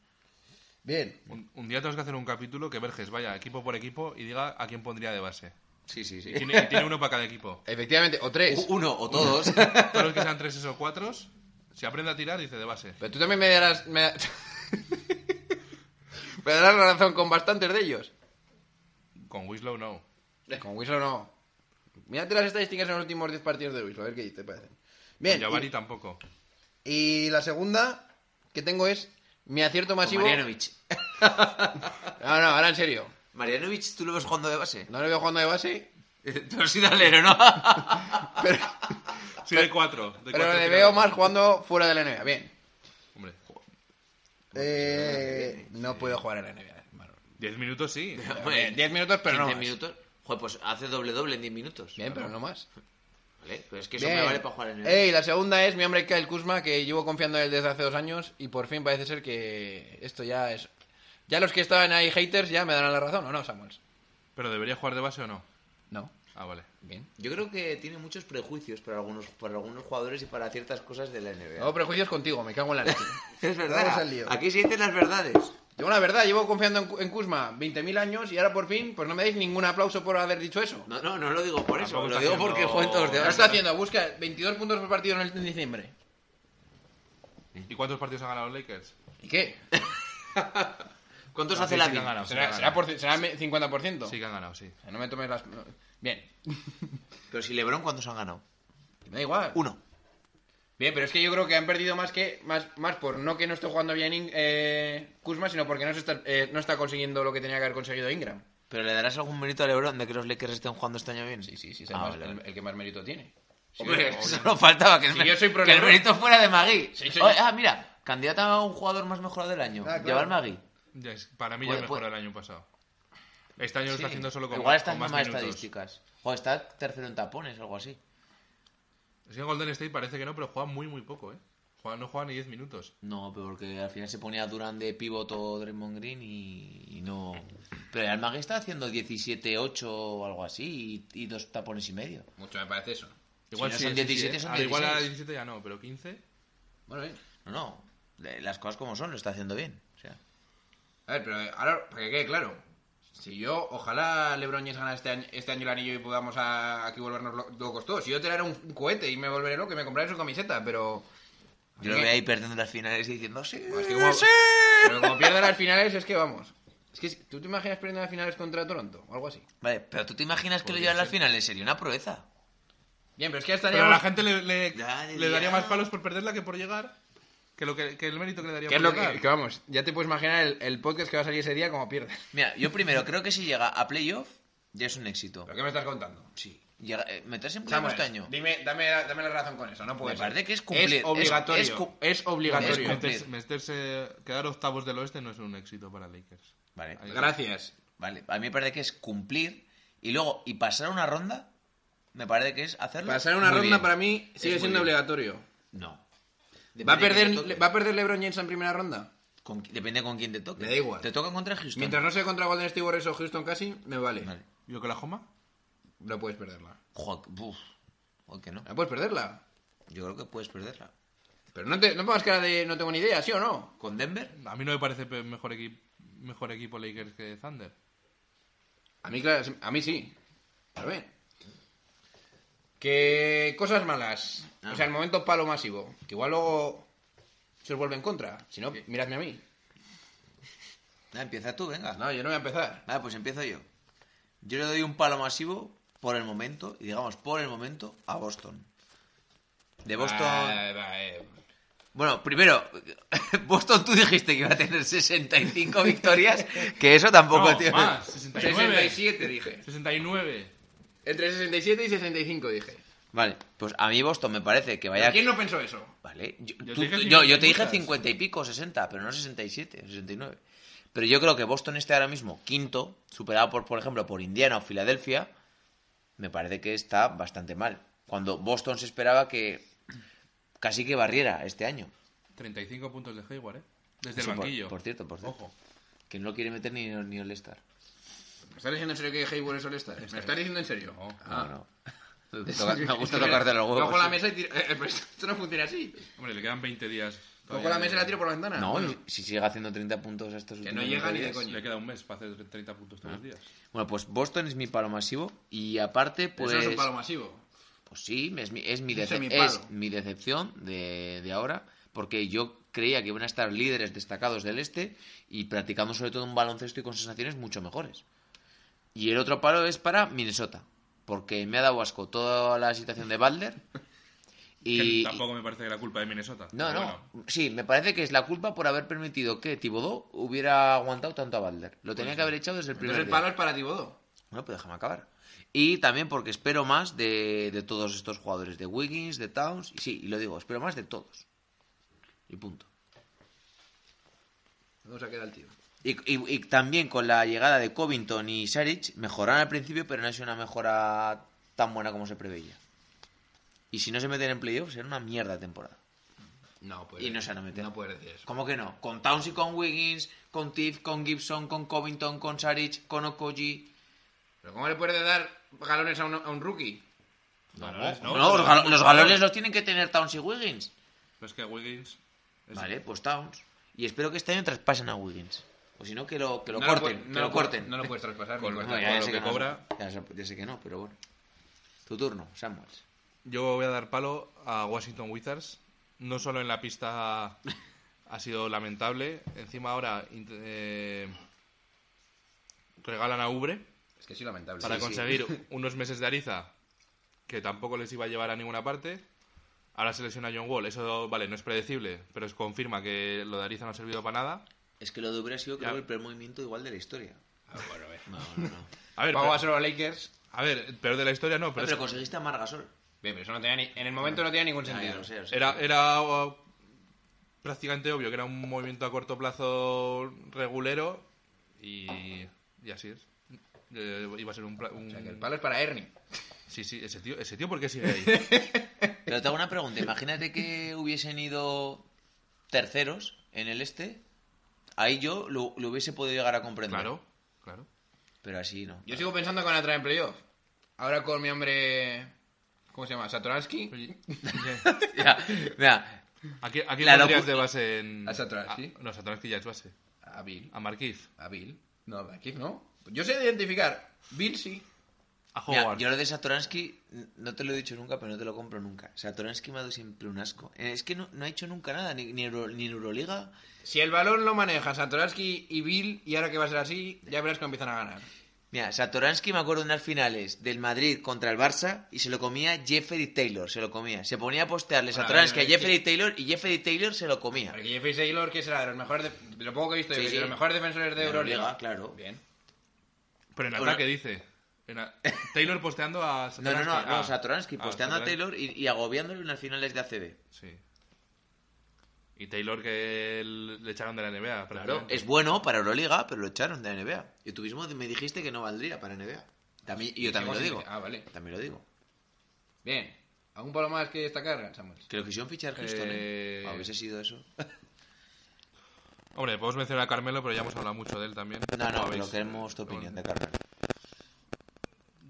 Speaker 2: Bien.
Speaker 3: Un, un día tenemos que hacer un capítulo que verges, vaya, equipo por equipo y diga a quién pondría de base.
Speaker 4: Sí, sí, sí.
Speaker 3: Y tiene, y tiene uno para cada equipo.
Speaker 2: Efectivamente, o tres.
Speaker 4: U- Uno o todos.
Speaker 3: Todos los que sean tres o cuatro, si aprende a tirar, dice de base.
Speaker 2: Pero tú también me darás. Me, da- me darás la razón con bastantes de ellos. Eh,
Speaker 3: Con Winslow no.
Speaker 2: Con Winslow no. Mírate las estadísticas en los últimos 10 partidos de Winslow, a ver qué te parecen. Bien.
Speaker 3: Con Jabari
Speaker 2: y-
Speaker 3: tampoco.
Speaker 2: Y, la segunda que tengo es mi acierto masivo.
Speaker 4: Marianovic.
Speaker 2: No, no, ahora en serio.
Speaker 4: Marianovic, ¿tú lo ves jugando de base?
Speaker 2: No le veo jugando de base,
Speaker 4: Tú eres alero, ¿no?
Speaker 2: pero,
Speaker 3: Sí, de cuatro. de
Speaker 2: pero
Speaker 3: cuatro
Speaker 2: le veo
Speaker 3: tiradores.
Speaker 2: más jugando fuera de la NBA. Bien.
Speaker 3: Hombre, jo-
Speaker 2: Pues, Eh, no puedo jugar en la NBA. hermano.
Speaker 3: diez minutos sí.
Speaker 2: Bien, 10 minutos, pero no
Speaker 4: 15
Speaker 2: más.
Speaker 4: minutos. Joder, pues hace doble-doble en 10 minutos.
Speaker 2: Bien, pero no más.
Speaker 4: Vale, pero es que eso
Speaker 2: Bien.
Speaker 4: me vale para jugar en el...
Speaker 2: Ey, la segunda es mi hombre Kyle Kuzma, que llevo confiando en él desde hace dos años y por fin parece ser que esto ya es... Ya los que estaban ahí haters ya me darán la razón, ¿o no, Samuels?
Speaker 3: ¿Pero debería jugar de base o no?
Speaker 2: No.
Speaker 3: Ah, vale.
Speaker 2: Bien.
Speaker 4: Yo creo que tiene muchos prejuicios para algunos, para algunos jugadores y para ciertas cosas de la NBA.
Speaker 2: Tengo prejuicios contigo, me cago en la leche.
Speaker 4: es
Speaker 2: Vamos
Speaker 4: verdad.
Speaker 2: al lío.
Speaker 4: Aquí se dicen las verdades.
Speaker 2: Yo, la verdad, llevo confiando en, Ku- en Kuzma 20.000 años y ahora por fin, pues no me dais ningún aplauso por haber dicho eso.
Speaker 4: No, no, no lo digo por eso.
Speaker 3: Tampoco
Speaker 4: Lo
Speaker 3: está
Speaker 4: digo
Speaker 3: haciendo-
Speaker 4: porque juegan todos de
Speaker 2: Lo
Speaker 4: base.
Speaker 2: está haciendo, busca 22 puntos por partido en el en diciembre.
Speaker 3: ¿Y cuántos partidos han ganado los Lakers?
Speaker 2: ¿Y qué?
Speaker 4: ¿Cuántos
Speaker 3: No,
Speaker 4: hace
Speaker 3: sí,
Speaker 4: la
Speaker 3: sí que han
Speaker 4: vida?
Speaker 3: ganado, sí que
Speaker 2: ¿Será,
Speaker 3: han
Speaker 2: será
Speaker 3: ganado.
Speaker 2: por, será me- 50%?
Speaker 3: Sí que han ganado, sí.
Speaker 2: O sea, No me tomes las... no. Bien.
Speaker 4: Pero si LeBron, ¿cuántos han ganado?
Speaker 2: Me da igual.
Speaker 4: Uno.
Speaker 2: Bien, pero es que yo creo que han perdido más que más, más por no que no esté jugando bien In- eh, Kuzma, sino porque no, se está, eh, no está consiguiendo lo que tenía que haber conseguido Ingram.
Speaker 4: ¿Pero le darás algún mérito a LeBron de que los Lakers estén jugando este año bien?
Speaker 2: Sí, sí, sí, es el,
Speaker 4: Ah,
Speaker 2: más-
Speaker 4: vale,
Speaker 2: el-
Speaker 4: vale.
Speaker 2: el que más mérito tiene. Sí,
Speaker 4: Hombre,
Speaker 2: obvio.
Speaker 4: solo faltaba que, el,
Speaker 2: Si
Speaker 4: mer-
Speaker 2: yo soy pro
Speaker 4: que el
Speaker 2: LeBron.
Speaker 4: mérito fuera de Magui.
Speaker 2: Sí, sí.
Speaker 4: Oye, ah, mira, candidato a un jugador más mejorado del año.
Speaker 2: Ah, claro.
Speaker 4: Llevar Magui.
Speaker 3: Ya es- para mí
Speaker 4: Puede-
Speaker 3: ya mejoró
Speaker 4: puede-
Speaker 3: el año pasado. Este año lo está
Speaker 4: Sí.
Speaker 3: haciendo solo con,
Speaker 4: Igual
Speaker 3: más-
Speaker 4: está
Speaker 3: con
Speaker 4: haciendo
Speaker 3: más
Speaker 4: más
Speaker 3: minutos.
Speaker 4: estadísticas. O está tercero en tapones, algo así.
Speaker 3: Es que Golden State parece que no, pero juega muy, muy poco, ¿eh? Juega- no juega ni 10 minutos.
Speaker 4: No, pero porque al final se ponía Durán de pivoto Draymond Green y, y no. Pero el Almagre está haciendo 17-8 o algo así y, y dos tapones y medio.
Speaker 2: Mucho me parece eso.
Speaker 3: Igual
Speaker 4: no
Speaker 3: sí,
Speaker 4: son
Speaker 3: sí,
Speaker 4: 17,
Speaker 3: sí, ¿eh?
Speaker 4: son
Speaker 3: Ah, Igual a
Speaker 4: 16.
Speaker 3: 17 ya no, pero 15.
Speaker 2: Bueno, bien.
Speaker 4: No, no. le- Las cosas como son, lo está haciendo bien. O sea,
Speaker 2: A ver, pero eh, ahora, para que quede claro, si yo, ojalá LeBron James gana este año, este año el anillo y podamos a- aquí volvernos lo- locos todos. Si yo te daré un, un cohete y me volveré loco y me compraré su camiseta, pero...
Speaker 4: yo lo
Speaker 2: Así que-
Speaker 4: veo ahí perdiendo las finales y diciendo sí.
Speaker 2: Pues que como, pero como pierda las finales es que vamos. Es que si- tú te imaginas perdiendo las finales contra Toronto o algo así.
Speaker 4: Vale, pero tú te imaginas que lo llevan a las finales, sería una proeza.
Speaker 2: Bien, pero es que hasta
Speaker 3: Pero a la gente le, le-
Speaker 4: Ya, ya,
Speaker 3: le daría
Speaker 4: ya.
Speaker 3: más palos por perderla que por llegar. Que, lo que, que el mérito que le daría
Speaker 2: Que es
Speaker 3: por
Speaker 2: lo
Speaker 3: llegar.
Speaker 2: que, que vamos, pues ya te puedes imaginar el, el podcast que va a salir ese día como pierdes.
Speaker 4: Mira, yo primero creo que si llega a playoff, ya es un éxito.
Speaker 2: ¿Pero qué me estás contando?
Speaker 4: Sí. Llega, eh, meterse en playoff este año.
Speaker 2: dime, dame, la- dame la razón con eso, no puede
Speaker 4: Me
Speaker 2: ser.
Speaker 4: parece que es cumplir-
Speaker 2: Es obligatorio.
Speaker 4: es-
Speaker 2: Es,
Speaker 4: es cu-
Speaker 2: obligatorio. ¿eh?
Speaker 4: es cumplir.
Speaker 3: Meterse, meterse- quedar octavos del oeste no es un éxito para Lakers.
Speaker 4: Vale.
Speaker 3: Ahí-
Speaker 2: Gracias.
Speaker 4: Vale, a mí me parece que es cumplir y luego y pasar una ronda me parece que es hacerlo.
Speaker 2: Pasar una
Speaker 4: muy
Speaker 2: ronda
Speaker 4: bien.
Speaker 2: para mí sigue
Speaker 4: muy
Speaker 2: siendo
Speaker 4: bien.
Speaker 2: obligatorio.
Speaker 4: No.
Speaker 2: ¿Va a,
Speaker 4: Depende de quién
Speaker 2: perder,
Speaker 4: te toque.
Speaker 2: ¿Va a perder LeBron James en primera ronda?
Speaker 4: Con- depende con quién te toque.
Speaker 2: Me da igual.
Speaker 4: Te toca contra Houston.
Speaker 2: Mientras no sea contra Golden State Warriors o Houston casi, me vale.
Speaker 4: Vale.
Speaker 3: ¿Y Oklahoma?
Speaker 2: No puedes perderla.
Speaker 4: Joder, buf. Joder, que no.
Speaker 2: No puedes perderla.
Speaker 4: Yo creo que puedes perderla.
Speaker 2: Pero no, te, no pongas cara de no tengo ni idea, ¿sí o no?
Speaker 4: ¿Con Denver?
Speaker 3: A mí no me parece pe- mejor, equi- mejor equipo Lakers que Thunder.
Speaker 2: A mí, claro, a mí sí. Pero bien. Que cosas malas. O sea, el momento palo masivo. Que igual luego se os vuelve en contra. Si no, miradme a mí.
Speaker 4: Ah, empieza tú, venga.
Speaker 2: No, yo no voy a empezar.
Speaker 4: Vale, pues empiezo yo. Yo le doy un palo masivo por el momento, y digamos por el momento, a Boston. De Boston.
Speaker 2: Ah, va, eh.
Speaker 4: Bueno, primero, Boston tú dijiste que iba a tener 65 victorias, que eso tampoco
Speaker 3: No,
Speaker 4: tiene...
Speaker 3: más, 69.
Speaker 2: 67 dije.
Speaker 3: 69.
Speaker 2: Entre 67 y 65 dije.
Speaker 4: Vale, pues a mí Boston me parece que vaya...
Speaker 2: ¿Quién no pensó eso?
Speaker 4: Vale, yo,
Speaker 3: Yo
Speaker 4: tú-
Speaker 3: te dije
Speaker 4: tú-
Speaker 3: 50
Speaker 4: yo-
Speaker 3: y
Speaker 4: yo te dije
Speaker 3: muchas.
Speaker 4: 50 y pico, 60, pero no 67, 69. Pero yo creo que Boston esté ahora mismo quinto, superado por, por ejemplo, por Indiana o Filadelfia, me parece que está bastante mal. Cuando Boston se esperaba que casi que barriera este año.
Speaker 3: 35 puntos de Hayward, ¿eh? Desde
Speaker 4: Eso
Speaker 3: el
Speaker 4: por-
Speaker 3: banquillo.
Speaker 4: Por, cierto, por cierto.
Speaker 3: Ojo.
Speaker 4: Que no lo quiere meter ni, ni All-Star.
Speaker 2: ¿Me estás diciendo en serio que Hayward es All-Star? ¿Me estás diciendo en serio? Ah.
Speaker 4: No, no. Me toca- me gusta tocarte los
Speaker 2: Cojo
Speaker 4: huevos. Pues
Speaker 2: la mesa y tiro... eh, eh, pero esto no funciona así.
Speaker 3: Hombre, le quedan 20 días.
Speaker 2: Cojo
Speaker 3: todavía
Speaker 2: la
Speaker 3: de-
Speaker 2: mesa y la tiro por la ventana.
Speaker 4: No,
Speaker 2: Bueno,
Speaker 4: y si sigue haciendo 30 puntos a estos
Speaker 2: Que no
Speaker 4: últimos
Speaker 2: llega ni de
Speaker 4: días.
Speaker 2: coño. Ah.
Speaker 3: Le queda un mes para hacer 30 puntos todos los días.
Speaker 4: Bueno, pues Boston es mi palo masivo y aparte, pues...
Speaker 2: Eso es un palo masivo.
Speaker 4: Pues sí, es mi, es mi,
Speaker 2: Ese es
Speaker 4: dece-
Speaker 2: mi palo.
Speaker 4: es mi decepción de, de ahora, porque yo creía que iban a estar líderes destacados del este y practicando sobre todo un baloncesto y con sensaciones mucho mejores. Y el otro palo es para Minnesota, porque me ha dado asco toda la situación de Butler y...
Speaker 3: Que tampoco me parece que la culpa de Minnesota.
Speaker 4: No,
Speaker 3: pero
Speaker 4: no,
Speaker 3: bueno.
Speaker 4: sí, me parece que es la culpa por haber permitido que Thibodeau hubiera aguantado tanto a Butler. Lo tenía que haber echado desde el primer
Speaker 2: Entonces el
Speaker 4: día.
Speaker 2: palo es para Tibodó.
Speaker 4: Bueno, pues déjame acabar. Y también porque espero más de, de todos estos jugadores, de Wiggins, de Towns, y sí, y lo digo, espero más de todos. Y punto.
Speaker 2: Vamos a quedar el tío.
Speaker 4: Y, y- y también con la llegada de Covington y Saric, mejoraron al principio, pero no ha sido una mejora tan buena como se preveía. Y si no se meten en playoffs, será una mierda de temporada.
Speaker 2: No, pues...
Speaker 4: Y no se van a meter.
Speaker 2: No puedes decir eso.
Speaker 4: ¿Cómo que no? Con Towns y con Wiggins, con Tiff, con Gibson, con Covington, con Saric, con Okoji.
Speaker 2: ¿Pero cómo le puedes dar galones a un, a un rookie?
Speaker 3: Galones,
Speaker 4: No,
Speaker 3: no,
Speaker 4: los,
Speaker 3: pero-
Speaker 4: galo- los galones los tienen que tener Towns y Wiggins.
Speaker 3: Pero es Pues que Wiggins. es-
Speaker 4: Vale, pues Towns. Y espero que este año traspasen a Wiggins. O si no, que lo, que lo
Speaker 2: No
Speaker 4: corten.
Speaker 2: pu-
Speaker 4: que
Speaker 2: no
Speaker 4: lo,
Speaker 2: pu-
Speaker 4: corten.
Speaker 2: No lo puedes traspasar. ni
Speaker 3: Con-
Speaker 2: cortar.
Speaker 3: no,
Speaker 4: ya,
Speaker 3: lo
Speaker 4: sé
Speaker 3: que
Speaker 4: que no,
Speaker 3: cobra.
Speaker 4: ya sé- ya sé que no, pero bueno. Tu turno, Samuels.
Speaker 3: Yo voy a dar palo a Washington Wizards. No solo en la pista ha sido lamentable, encima ahora int- eh, regalan a Ubre
Speaker 2: Es que sí, lamentable.
Speaker 3: para
Speaker 2: Sí, sí.
Speaker 3: conseguir unos meses de Ariza que tampoco les iba a llevar a ninguna parte. Ahora se lesiona John Wall. Eso, vale, no es predecible, pero es confirma que lo de Ariza no ha servido para nada.
Speaker 4: Es que lo de Ubre ha sido, creo,
Speaker 3: Ya.
Speaker 4: el peor movimiento igual de la historia. No, no, no.
Speaker 3: A ver,
Speaker 2: Pago
Speaker 3: pero-
Speaker 2: a solo a Lakers.
Speaker 3: a ver, peor de la historia no, pero,
Speaker 4: pero
Speaker 3: es-
Speaker 4: conseguiste a Margasol.
Speaker 2: Bien, pero eso no tenía ni... En el momento no tenía ningún
Speaker 4: Ya, ya
Speaker 2: sentido.
Speaker 4: lo sé, lo sé.
Speaker 3: Era, era uh, prácticamente obvio que era un movimiento a corto plazo regulero y, y así es. Eh, iba a ser un... pla- un-
Speaker 2: O sea, que el palo es para Ernie.
Speaker 3: Sí, sí, ese tío, ese tío ¿por qué sigue ahí?
Speaker 4: Pero te hago una pregunta. Imagínate que hubiesen ido terceros en el este. Ahí yo lo, lo hubiese podido llegar a comprender.
Speaker 3: claro, claro.
Speaker 4: Pero así no.
Speaker 2: Yo sigo pensando que van a traer en playoff. Ahora con mi hombre... ¿Cómo se llama? ¿Satoransky?
Speaker 3: Oye,
Speaker 4: Ya, mira,
Speaker 3: ¿A quién, a quién
Speaker 4: La
Speaker 3: pondrías
Speaker 4: locu-
Speaker 3: de base en...?
Speaker 2: A Satransky.
Speaker 3: a- No, Satransky ya es base.
Speaker 2: A Bill.
Speaker 3: A Marquise.
Speaker 2: A Bill. No, a Keith no. Yo sé identificar. Bill sí.
Speaker 3: A
Speaker 4: Mira,
Speaker 3: Howard.
Speaker 4: yo lo de Satoransky, n- no te lo he dicho nunca, pero no te lo compro nunca. Satoransky me ha dado siempre un asco. Eh, Es que no, no ha hecho nunca nada, ni, ni, Euro- ni en Euroliga.
Speaker 2: Si el balón lo maneja Satoransky y Bill, y ahora que va a ser así, ya verás que empiezan a ganar.
Speaker 4: Mira, Satoransky me acuerdo de unas finales del Madrid contra el Barça y se lo comía Jeffrey Taylor, se lo comía. Se ponía a postearle
Speaker 2: Bueno,
Speaker 4: Satoransky
Speaker 2: a
Speaker 4: a
Speaker 2: ver, es
Speaker 4: Jeffrey Taylor y Jeffrey Taylor se lo comía.
Speaker 2: Porque Jeffrey Taylor, que será de los mejores, def- de lo poco que he visto, yo,
Speaker 4: Sí,
Speaker 2: que es
Speaker 4: sí.
Speaker 2: de los mejores defensores de
Speaker 4: De
Speaker 2: Euroliga.
Speaker 4: Euroliga, claro.
Speaker 2: Bien.
Speaker 3: Pero en
Speaker 4: Bueno.
Speaker 3: ataque dice... en a- Taylor posteando a
Speaker 4: No, no,
Speaker 3: Satransky.
Speaker 4: no, no,
Speaker 3: Ah.
Speaker 4: Satoransky
Speaker 3: Ah,
Speaker 4: posteando a
Speaker 3: Satransky.
Speaker 4: Taylor y, y agobiándole unas finales de ACB.
Speaker 3: Sí. Y Taylor que el- le echaron de la NBA.
Speaker 4: Claro,
Speaker 3: prácticamente.
Speaker 4: es bueno para Euroliga, pero lo echaron de la NBA. Y tú mismo me dijiste que no valdría para NBA. También, y yo también lo
Speaker 2: Hemos
Speaker 4: digo.
Speaker 2: inter- Ah, vale.
Speaker 4: También lo digo.
Speaker 2: Bien. ¿Algún palo más que destacar, Samuel?
Speaker 4: Que lo quisieron fichar Houston, ¿eh?
Speaker 3: Eh,
Speaker 4: Ah, Hubiese sido eso.
Speaker 3: Hombre, podemos mencionar a Carmelo, pero ya hemos hablado mucho de él también.
Speaker 4: No,
Speaker 3: Como
Speaker 4: no, pero
Speaker 3: veis.
Speaker 4: queremos tu opinión de Carmelo.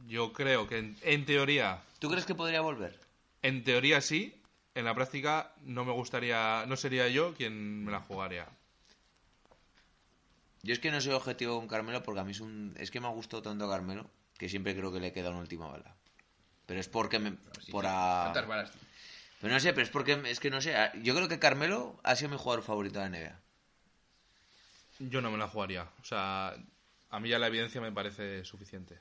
Speaker 3: Yo creo que en, en teoría,
Speaker 4: ¿Tú crees que podría volver?
Speaker 3: en teoría sí, en la práctica no me gustaría, no sería yo quien me la jugaría.
Speaker 4: Yo es que no soy objetivo con Carmelo porque a mí es un... Es que me ha gustado tanto Carmelo que siempre creo que le queda una última bala. Pero es porque me... por a...
Speaker 2: ¿Cuántas balas?
Speaker 4: Pero no sé, pero es porque... Es que no sé. a- Yo creo que Carmelo ha sido mi jugador favorito de la NBA.
Speaker 3: Yo no me la jugaría. O sea, a mí ya la evidencia me parece suficiente.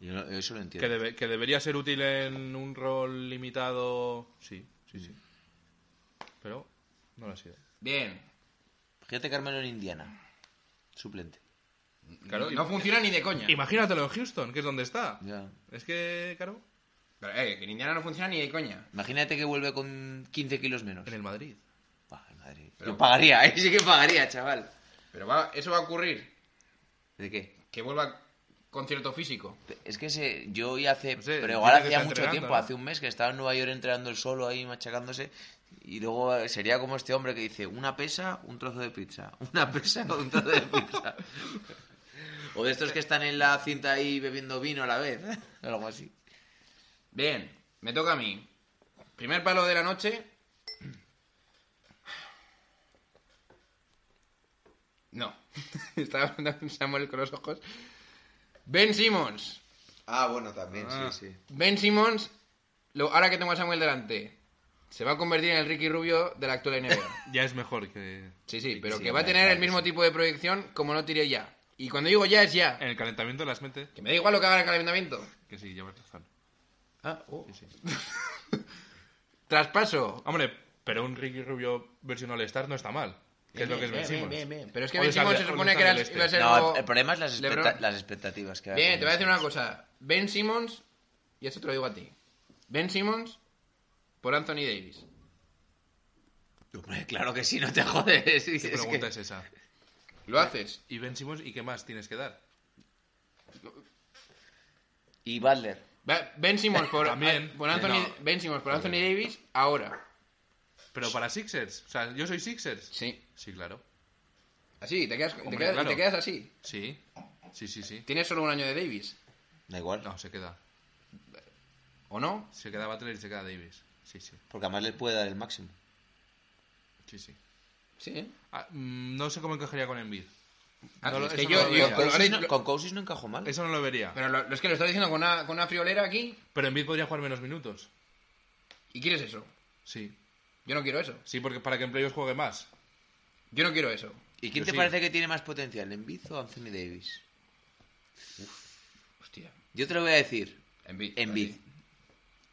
Speaker 4: Yo lo- eso lo
Speaker 3: Que,
Speaker 4: entiendo.
Speaker 3: debe- que debería ser útil en un rol limitado, sí, sí, sí. pero no lo ha sido.
Speaker 2: Bien.
Speaker 4: Fíjate Carmelo en Indiana. Suplente.
Speaker 3: Claro,
Speaker 2: no
Speaker 3: y-
Speaker 2: funciona ni de coña.
Speaker 3: Imagínatelo en Houston, que es donde está.
Speaker 4: Ya.
Speaker 3: Es que, claro,
Speaker 2: Pero, eh, que en Indiana no funciona ni de coña.
Speaker 4: Imagínate que vuelve con 15 kilos menos.
Speaker 3: en el Madrid.
Speaker 4: Bah, madre.
Speaker 2: Pero-
Speaker 4: Yo pagaría, ¿eh? sí que pagaría, chaval.
Speaker 2: Pero va, eso va a ocurrir.
Speaker 4: ¿De qué?
Speaker 2: Que vuelva con cierto físico.
Speaker 4: Es que se, yo hoy hace,
Speaker 3: No sé,
Speaker 4: pero
Speaker 3: dice
Speaker 4: igual
Speaker 3: que
Speaker 4: hacía
Speaker 3: está
Speaker 4: mucho
Speaker 3: entrenando,
Speaker 4: tiempo,
Speaker 3: ¿no?
Speaker 4: hace un mes que estaba en Nueva York entrenando el solo ahí machacándose y luego eh, sería como este hombre que dice una pesa, un trozo de pizza, una pesa, un trozo de pizza. o de estos que están en la cinta ahí bebiendo vino a la vez, o algo así.
Speaker 2: Bien, me toca a mí. Primer palo de la noche. No. Estaba hablando con Samuel con los ojos. Ben Simmons.
Speaker 4: Ah, bueno, también, sí, sí.
Speaker 2: Ben Simmons, lo- ahora que tengo a Samuel delante, se va a convertir en el Ricky Rubio de la actual NBA.
Speaker 3: Ya es mejor que
Speaker 2: Sí, sí, pero
Speaker 4: Sí,
Speaker 2: que va a
Speaker 4: hombre,
Speaker 2: tener
Speaker 4: claro
Speaker 2: el
Speaker 4: que
Speaker 2: mismo
Speaker 4: sí.
Speaker 2: tipo de proyección como no tiré ya. Y cuando digo ya es ya.
Speaker 4: Eh.
Speaker 3: en el calentamiento las mete.
Speaker 2: Que me da igual lo que haga el calentamiento.
Speaker 3: Que sí, llevas razón.
Speaker 4: Ah, oh.
Speaker 2: Traspaso.
Speaker 3: Hombre, pero un Ricky Rubio versión All-Star no está mal. Que es lo que es Ben Simmons.
Speaker 2: Pero es que
Speaker 3: Hoy
Speaker 2: Ben
Speaker 3: sale-
Speaker 2: Simmons se
Speaker 3: hoy
Speaker 2: supone que
Speaker 3: sale
Speaker 2: era,
Speaker 3: el este.
Speaker 2: iba a ser
Speaker 4: No,
Speaker 2: nuevo
Speaker 4: el- el problema es las,
Speaker 2: LeBron.
Speaker 4: expecta- las expectativas que hay.
Speaker 2: Bien, te voy a decir una cosa. Ben Simmons, y esto te lo digo a ti. Ben Simmons por Anthony Davis.
Speaker 4: Hombre, claro que sí, no te jodes. Sí,
Speaker 3: ¿Qué
Speaker 4: es
Speaker 3: pregunta
Speaker 4: que-
Speaker 3: es esa?
Speaker 2: Lo haces.
Speaker 3: ¿Y Ben Simmons y qué más tienes que dar?
Speaker 4: Y Butler.
Speaker 2: Ba- Ben Simmons por,
Speaker 3: También.
Speaker 2: por Anthony,
Speaker 3: No.
Speaker 2: Ben Simmons por Anthony Davis ahora.
Speaker 3: Pero para Sixers. O sea, yo soy Sixers.
Speaker 2: Sí.
Speaker 3: Sí, claro.
Speaker 2: Así, te quedas, te
Speaker 3: Hombre,
Speaker 2: quedas-
Speaker 3: claro.
Speaker 2: te quedas así.
Speaker 3: Sí. Sí, sí, sí.
Speaker 2: Tienes solo un año de Davis,
Speaker 4: Da igual.
Speaker 3: No, se queda.
Speaker 2: ¿o no?
Speaker 3: Se queda Butler y se queda Davis. Sí, sí.
Speaker 4: Porque además le puede dar el máximo.
Speaker 3: Sí, sí.
Speaker 2: Sí.
Speaker 3: Ah, mm, no sé cómo encajaría con Embiid.
Speaker 2: Ah,
Speaker 3: No,
Speaker 2: es
Speaker 3: eso
Speaker 2: que
Speaker 3: no
Speaker 2: yo,
Speaker 3: lo
Speaker 2: yo-
Speaker 3: veía.
Speaker 4: Con
Speaker 2: pero
Speaker 4: Cousins
Speaker 2: ahora-
Speaker 4: no- con Cousins no encajó mal.
Speaker 3: Eso no lo vería.
Speaker 2: pero lo, es que lo estás diciendo con una, con una friolera aquí.
Speaker 3: Pero Embiid podría jugar menos minutos.
Speaker 2: ¿Y quieres eso?
Speaker 3: Sí.
Speaker 2: Yo no quiero eso.
Speaker 3: Sí, porque para que en playoffs juegue más.
Speaker 2: Yo no quiero eso.
Speaker 4: ¿Y quién
Speaker 3: Yo
Speaker 4: te
Speaker 3: sí.
Speaker 4: parece que tiene más potencial, Embiid o Anthony Davis?
Speaker 2: Hostia.
Speaker 4: Yo te lo voy a decir,
Speaker 2: Envid.
Speaker 4: Embiid.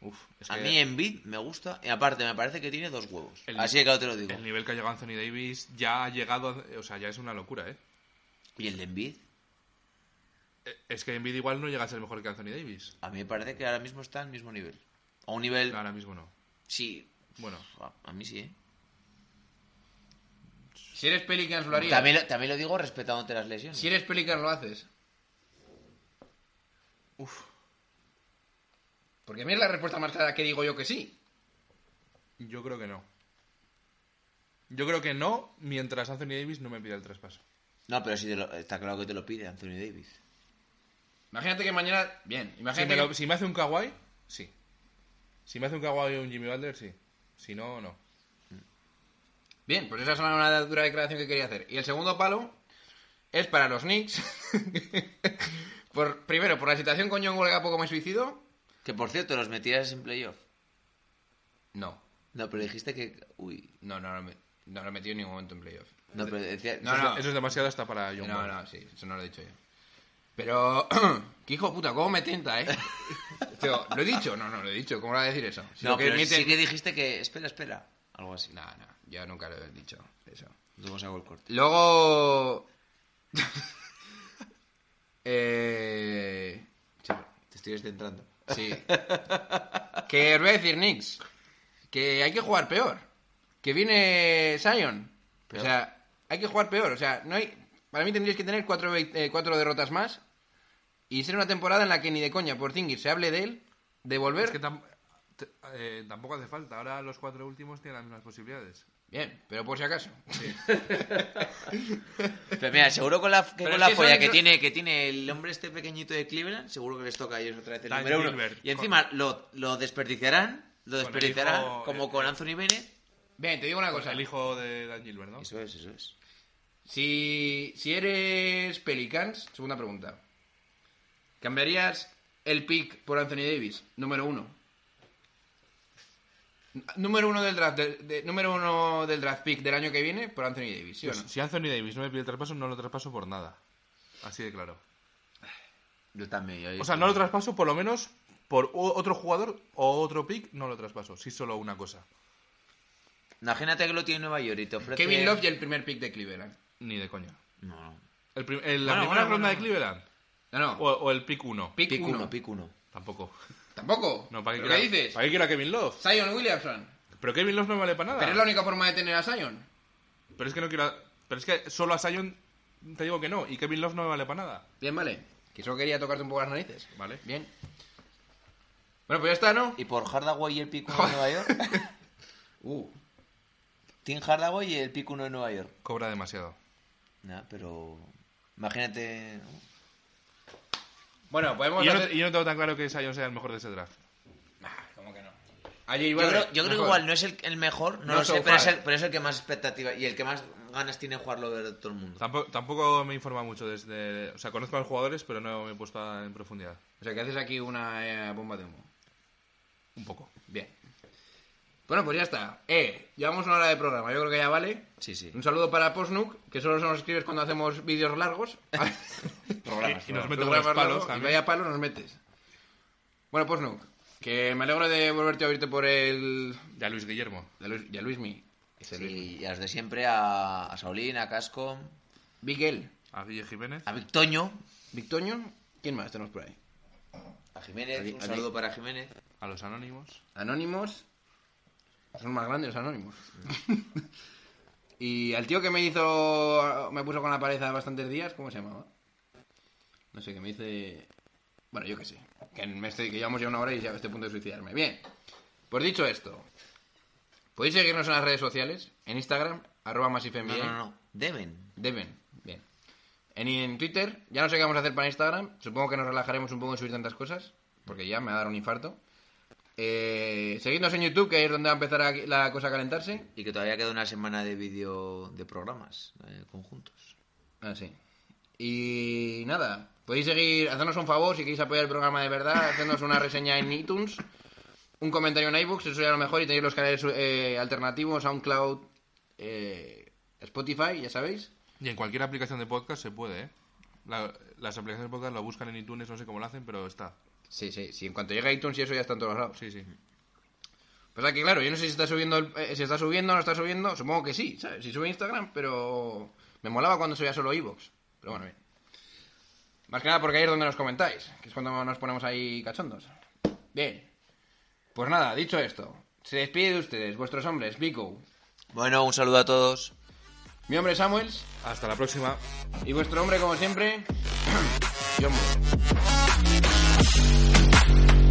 Speaker 3: Uf. es
Speaker 4: A
Speaker 3: que
Speaker 4: mí Embiid me gusta y aparte me parece que tiene dos huevos.
Speaker 3: El-
Speaker 4: Así que claro te lo digo.
Speaker 3: el nivel que ha llegado Anthony Davis ya ha llegado... a- O sea, ya es una locura, ¿eh?
Speaker 4: Y el de Embiid,
Speaker 3: Eh, Es que Embiid igual no llega a ser mejor que Anthony Davis.
Speaker 4: a mí me parece que ahora mismo está al mismo nivel. A un nivel...
Speaker 3: Ahora mismo no.
Speaker 4: Sí.
Speaker 3: Bueno,
Speaker 4: A- A mí sí, ¿eh?
Speaker 2: Si eres Pelicans lo harías.
Speaker 4: También lo, también lo digo respetándote las lesiones.
Speaker 2: Si eres Pelicans lo haces.
Speaker 3: Uf.
Speaker 2: Porque a mí es la respuesta más clara que digo yo que sí.
Speaker 3: yo creo que no. Yo creo que no mientras Anthony Davis no me pida el traspaso.
Speaker 4: No, pero sí te lo- está claro que te lo pide Anthony Davis.
Speaker 2: Imagínate que mañana. Bien,
Speaker 3: Si me,
Speaker 2: imagínate.
Speaker 3: lo-
Speaker 2: que-
Speaker 3: si me hace un Kawhi, sí. Si me hace un Kawhi o un Jimmy Butler, sí. Si no, no.
Speaker 2: Bien, pues esa es una dura declaración que quería hacer. Y el segundo palo es para los Knicks. por, primero, por la situación con John Wall que a poco me suicido.
Speaker 4: Que por cierto, los metías en playoff.
Speaker 2: No,
Speaker 4: No, pero dijiste que... Uy.
Speaker 2: no, no, lo he met- no lo he metido en ningún momento en playoff.
Speaker 4: No, pero decía...
Speaker 2: No, no.
Speaker 3: Eso es demasiado hasta para John
Speaker 2: No,
Speaker 3: Wall.
Speaker 2: no, sí, eso no lo he dicho yo. Pero, que hijo de puta, ¿cómo me tienta, eh? Tío, ¿Lo he dicho? No, no, lo he dicho. ¿Cómo lo voy a decir eso? Si
Speaker 4: No,
Speaker 2: lo que
Speaker 4: pero
Speaker 2: meten-
Speaker 4: sí que dijiste que... Espera, espera. Algo así.
Speaker 2: No, no, yo nunca lo he dicho, eso.
Speaker 4: Luego os hago el corte.
Speaker 2: Luego... eh... sí,
Speaker 4: Te estoy descentrando.
Speaker 2: Sí. que os voy a decir, Knicks, que hay que jugar peor. Que viene Zion. O sea, hay que jugar peor. O sea, no hay... Para mí tendríais que tener cuatro, ve- eh, cuatro derrotas más y ser una temporada en la que ni de coña por Zingis se hable de él, de volver.
Speaker 3: Es que tam- te- eh, tampoco hace falta. Ahora los cuatro últimos tienen las mismas posibilidades.
Speaker 2: Bien, pero por si acaso.
Speaker 4: Pero mira, seguro con la, que
Speaker 2: Pero
Speaker 4: con
Speaker 2: es
Speaker 4: la
Speaker 2: que
Speaker 4: folla
Speaker 2: son-
Speaker 4: que tiene, que tiene el hombre este pequeñito de Cleveland, seguro que les toca a ellos otra vez el
Speaker 3: Dan
Speaker 4: número uno.
Speaker 3: Gilbert.
Speaker 4: Y encima lo, lo desperdiciarán, lo
Speaker 3: Con el
Speaker 4: desperdiciarán,
Speaker 3: hijo-
Speaker 4: como con Anthony Bennett.
Speaker 2: Bien, te digo una cosa.
Speaker 3: El hijo de Dan Gilbert, ¿no?
Speaker 4: Eso es, eso es.
Speaker 2: Si, si eres Pelicans, segunda pregunta. ¿Cambiarías el pick por Anthony Davis? Número uno. N- Número uno del draft, del- de- número uno del draft pick del año que viene por Anthony Davis, ¿sí o
Speaker 4: Pues
Speaker 2: no?
Speaker 3: Pues Si Anthony Davis no me pide el traspaso, no lo traspaso por nada. Así de claro.
Speaker 4: Yo también. yo-
Speaker 3: O sea, no lo traspaso por lo menos por u- otro jugador o otro pick, no lo traspaso. Si solo una cosa.
Speaker 4: Imagínate que lo tiene Nueva York y te ofrece.
Speaker 2: Kevin Love y el primer pick de Cleveland.
Speaker 3: Ni de coña.
Speaker 4: No, no.
Speaker 3: El prim- el- ¿La
Speaker 2: Bueno,
Speaker 3: primera
Speaker 2: bueno, bueno.
Speaker 3: ronda de Cleveland?
Speaker 2: No, no.
Speaker 3: ¿O, o el pick 1?
Speaker 2: pick
Speaker 4: Pick
Speaker 2: uno.
Speaker 4: uno, pick uno.
Speaker 3: Tampoco.
Speaker 2: Tampoco.
Speaker 3: No, ¿para qué,
Speaker 2: ¿Pero qué
Speaker 3: quiero-
Speaker 2: dices?
Speaker 3: ¿Para qué quiero a Kevin Love?
Speaker 2: Zion Williamson.
Speaker 3: Pero Kevin Love no me vale
Speaker 4: Ah.
Speaker 3: para nada.
Speaker 2: Pero es la única forma de tener a Zion.
Speaker 3: Pero es que no quiero. a- Pero es que solo a Sion te digo que no. Y Kevin Love no me vale para nada.
Speaker 2: Bien, vale. Que solo quería tocarte un poco las narices.
Speaker 3: Vale.
Speaker 2: Bien. Bueno, pues ya está, ¿no?
Speaker 4: ¿Y por Hardaway y el pick 1 de Nueva York?
Speaker 2: Uh,
Speaker 4: Tim Hardaway y el pick 1 de Nueva York.
Speaker 3: Cobra demasiado.
Speaker 4: Nah, pero. Imagínate.
Speaker 2: Bueno, podemos
Speaker 3: Y yo, no,
Speaker 2: hacer...
Speaker 3: y yo no tengo tan claro que Sion sea el mejor de ese draft.
Speaker 2: Ah, ¿Cómo que no? Allí
Speaker 4: Yo,
Speaker 2: igual.
Speaker 4: creo, yo creo que igual no es el, el mejor, no,
Speaker 2: No
Speaker 4: lo sé,
Speaker 2: so
Speaker 4: pero es,
Speaker 2: far.
Speaker 4: el, pero es el que más expectativa y el que más ganas tiene de jugarlo de todo el mundo.
Speaker 3: Tampoco, tampoco me informa mucho desde. O sea, conozco a los jugadores, pero no me he puesto a- en profundidad.
Speaker 2: O sea, que haces aquí una eh, bomba de humo.
Speaker 3: Un poco.
Speaker 2: Bien. Bueno, pues ya está. Eh, llevamos una hora de programa. Yo creo que ya vale.
Speaker 4: Sí, sí.
Speaker 2: Un saludo para Postnuk, que solo se nos escribes cuando hacemos vídeos largos.
Speaker 4: Programas.
Speaker 3: Y nos mete
Speaker 2: Programas
Speaker 3: buenos palos
Speaker 2: largos, Y
Speaker 3: también.
Speaker 2: vaya palo nos metes. Bueno, Postnuk, que me alegro de volverte a oírte por el...
Speaker 3: Ya Luis Guillermo.
Speaker 2: Ya Luis, ya Luismi. Ese Luismi.
Speaker 4: Sí, y a los de siempre, a, a Saulín, a Casco,
Speaker 2: Miguel,
Speaker 3: A Guille Jiménez.
Speaker 4: a Victoño,
Speaker 2: Victoño, ¿quién más tenemos por ahí?
Speaker 4: a Jiménez,
Speaker 2: Aquí-
Speaker 4: un
Speaker 2: aquí.
Speaker 4: saludo para Jiménez.
Speaker 3: A los anónimos.
Speaker 2: Anónimos. Son más grandes los anónimos. y al tío que me hizo. Me puso con la pared hace bastantes días, ¿cómo se llamaba? No sé, que me dice. Bueno, yo qué sé. Que, me estoy- que llevamos ya una hora y ya estoy a punto de suicidarme. Bien. Pues dicho esto, podéis seguirnos en las redes sociales. En Instagram, arroba
Speaker 4: No,
Speaker 2: masifmba.
Speaker 4: no, no, Demen.
Speaker 2: Deben, bien. En, en Twitter, ya no sé qué vamos a hacer para Instagram. Supongo que nos relajaremos un poco en subir tantas cosas, porque ya me va a dar un infarto. Eh, seguidnos en YouTube, que ahí es donde va a empezar a- la cosa a calentarse.
Speaker 4: Y que todavía queda una semana de vídeo de programas eh, conjuntos.
Speaker 2: Ah, sí. Y nada, podéis seguir, hacernos un favor si queréis apoyar el programa de verdad, hacernos una reseña en iTunes, un comentario en iBooks, eso ya a lo mejor, y tenéis los canales eh, alternativos, SoundCloud, eh, Spotify, ya sabéis.
Speaker 3: Y en cualquier aplicación de podcast se puede, ¿eh? La- las aplicaciones de podcast lo buscan en iTunes, no sé cómo lo hacen, pero está.
Speaker 2: Sí, sí, sí, en cuanto llegue iTunes y eso ya está en todos lados.
Speaker 3: Sí, sí.
Speaker 2: Pues que claro, yo no sé si está subiendo, el- eh, si está subiendo o no está subiendo, supongo que sí, ¿sabes? Si sube Instagram, pero me molaba cuando subía solo Evox. Pero bueno, bien. Más que nada porque ahí es donde nos comentáis, que es cuando nos ponemos ahí cachondos. Bien. Pues nada, dicho esto, se despide de ustedes, vuestros hombres, Vico.
Speaker 4: Bueno, un saludo a todos.
Speaker 2: Mi hombre es Samuels
Speaker 3: Hasta la próxima.
Speaker 2: y vuestro hombre, como siempre, John Moore.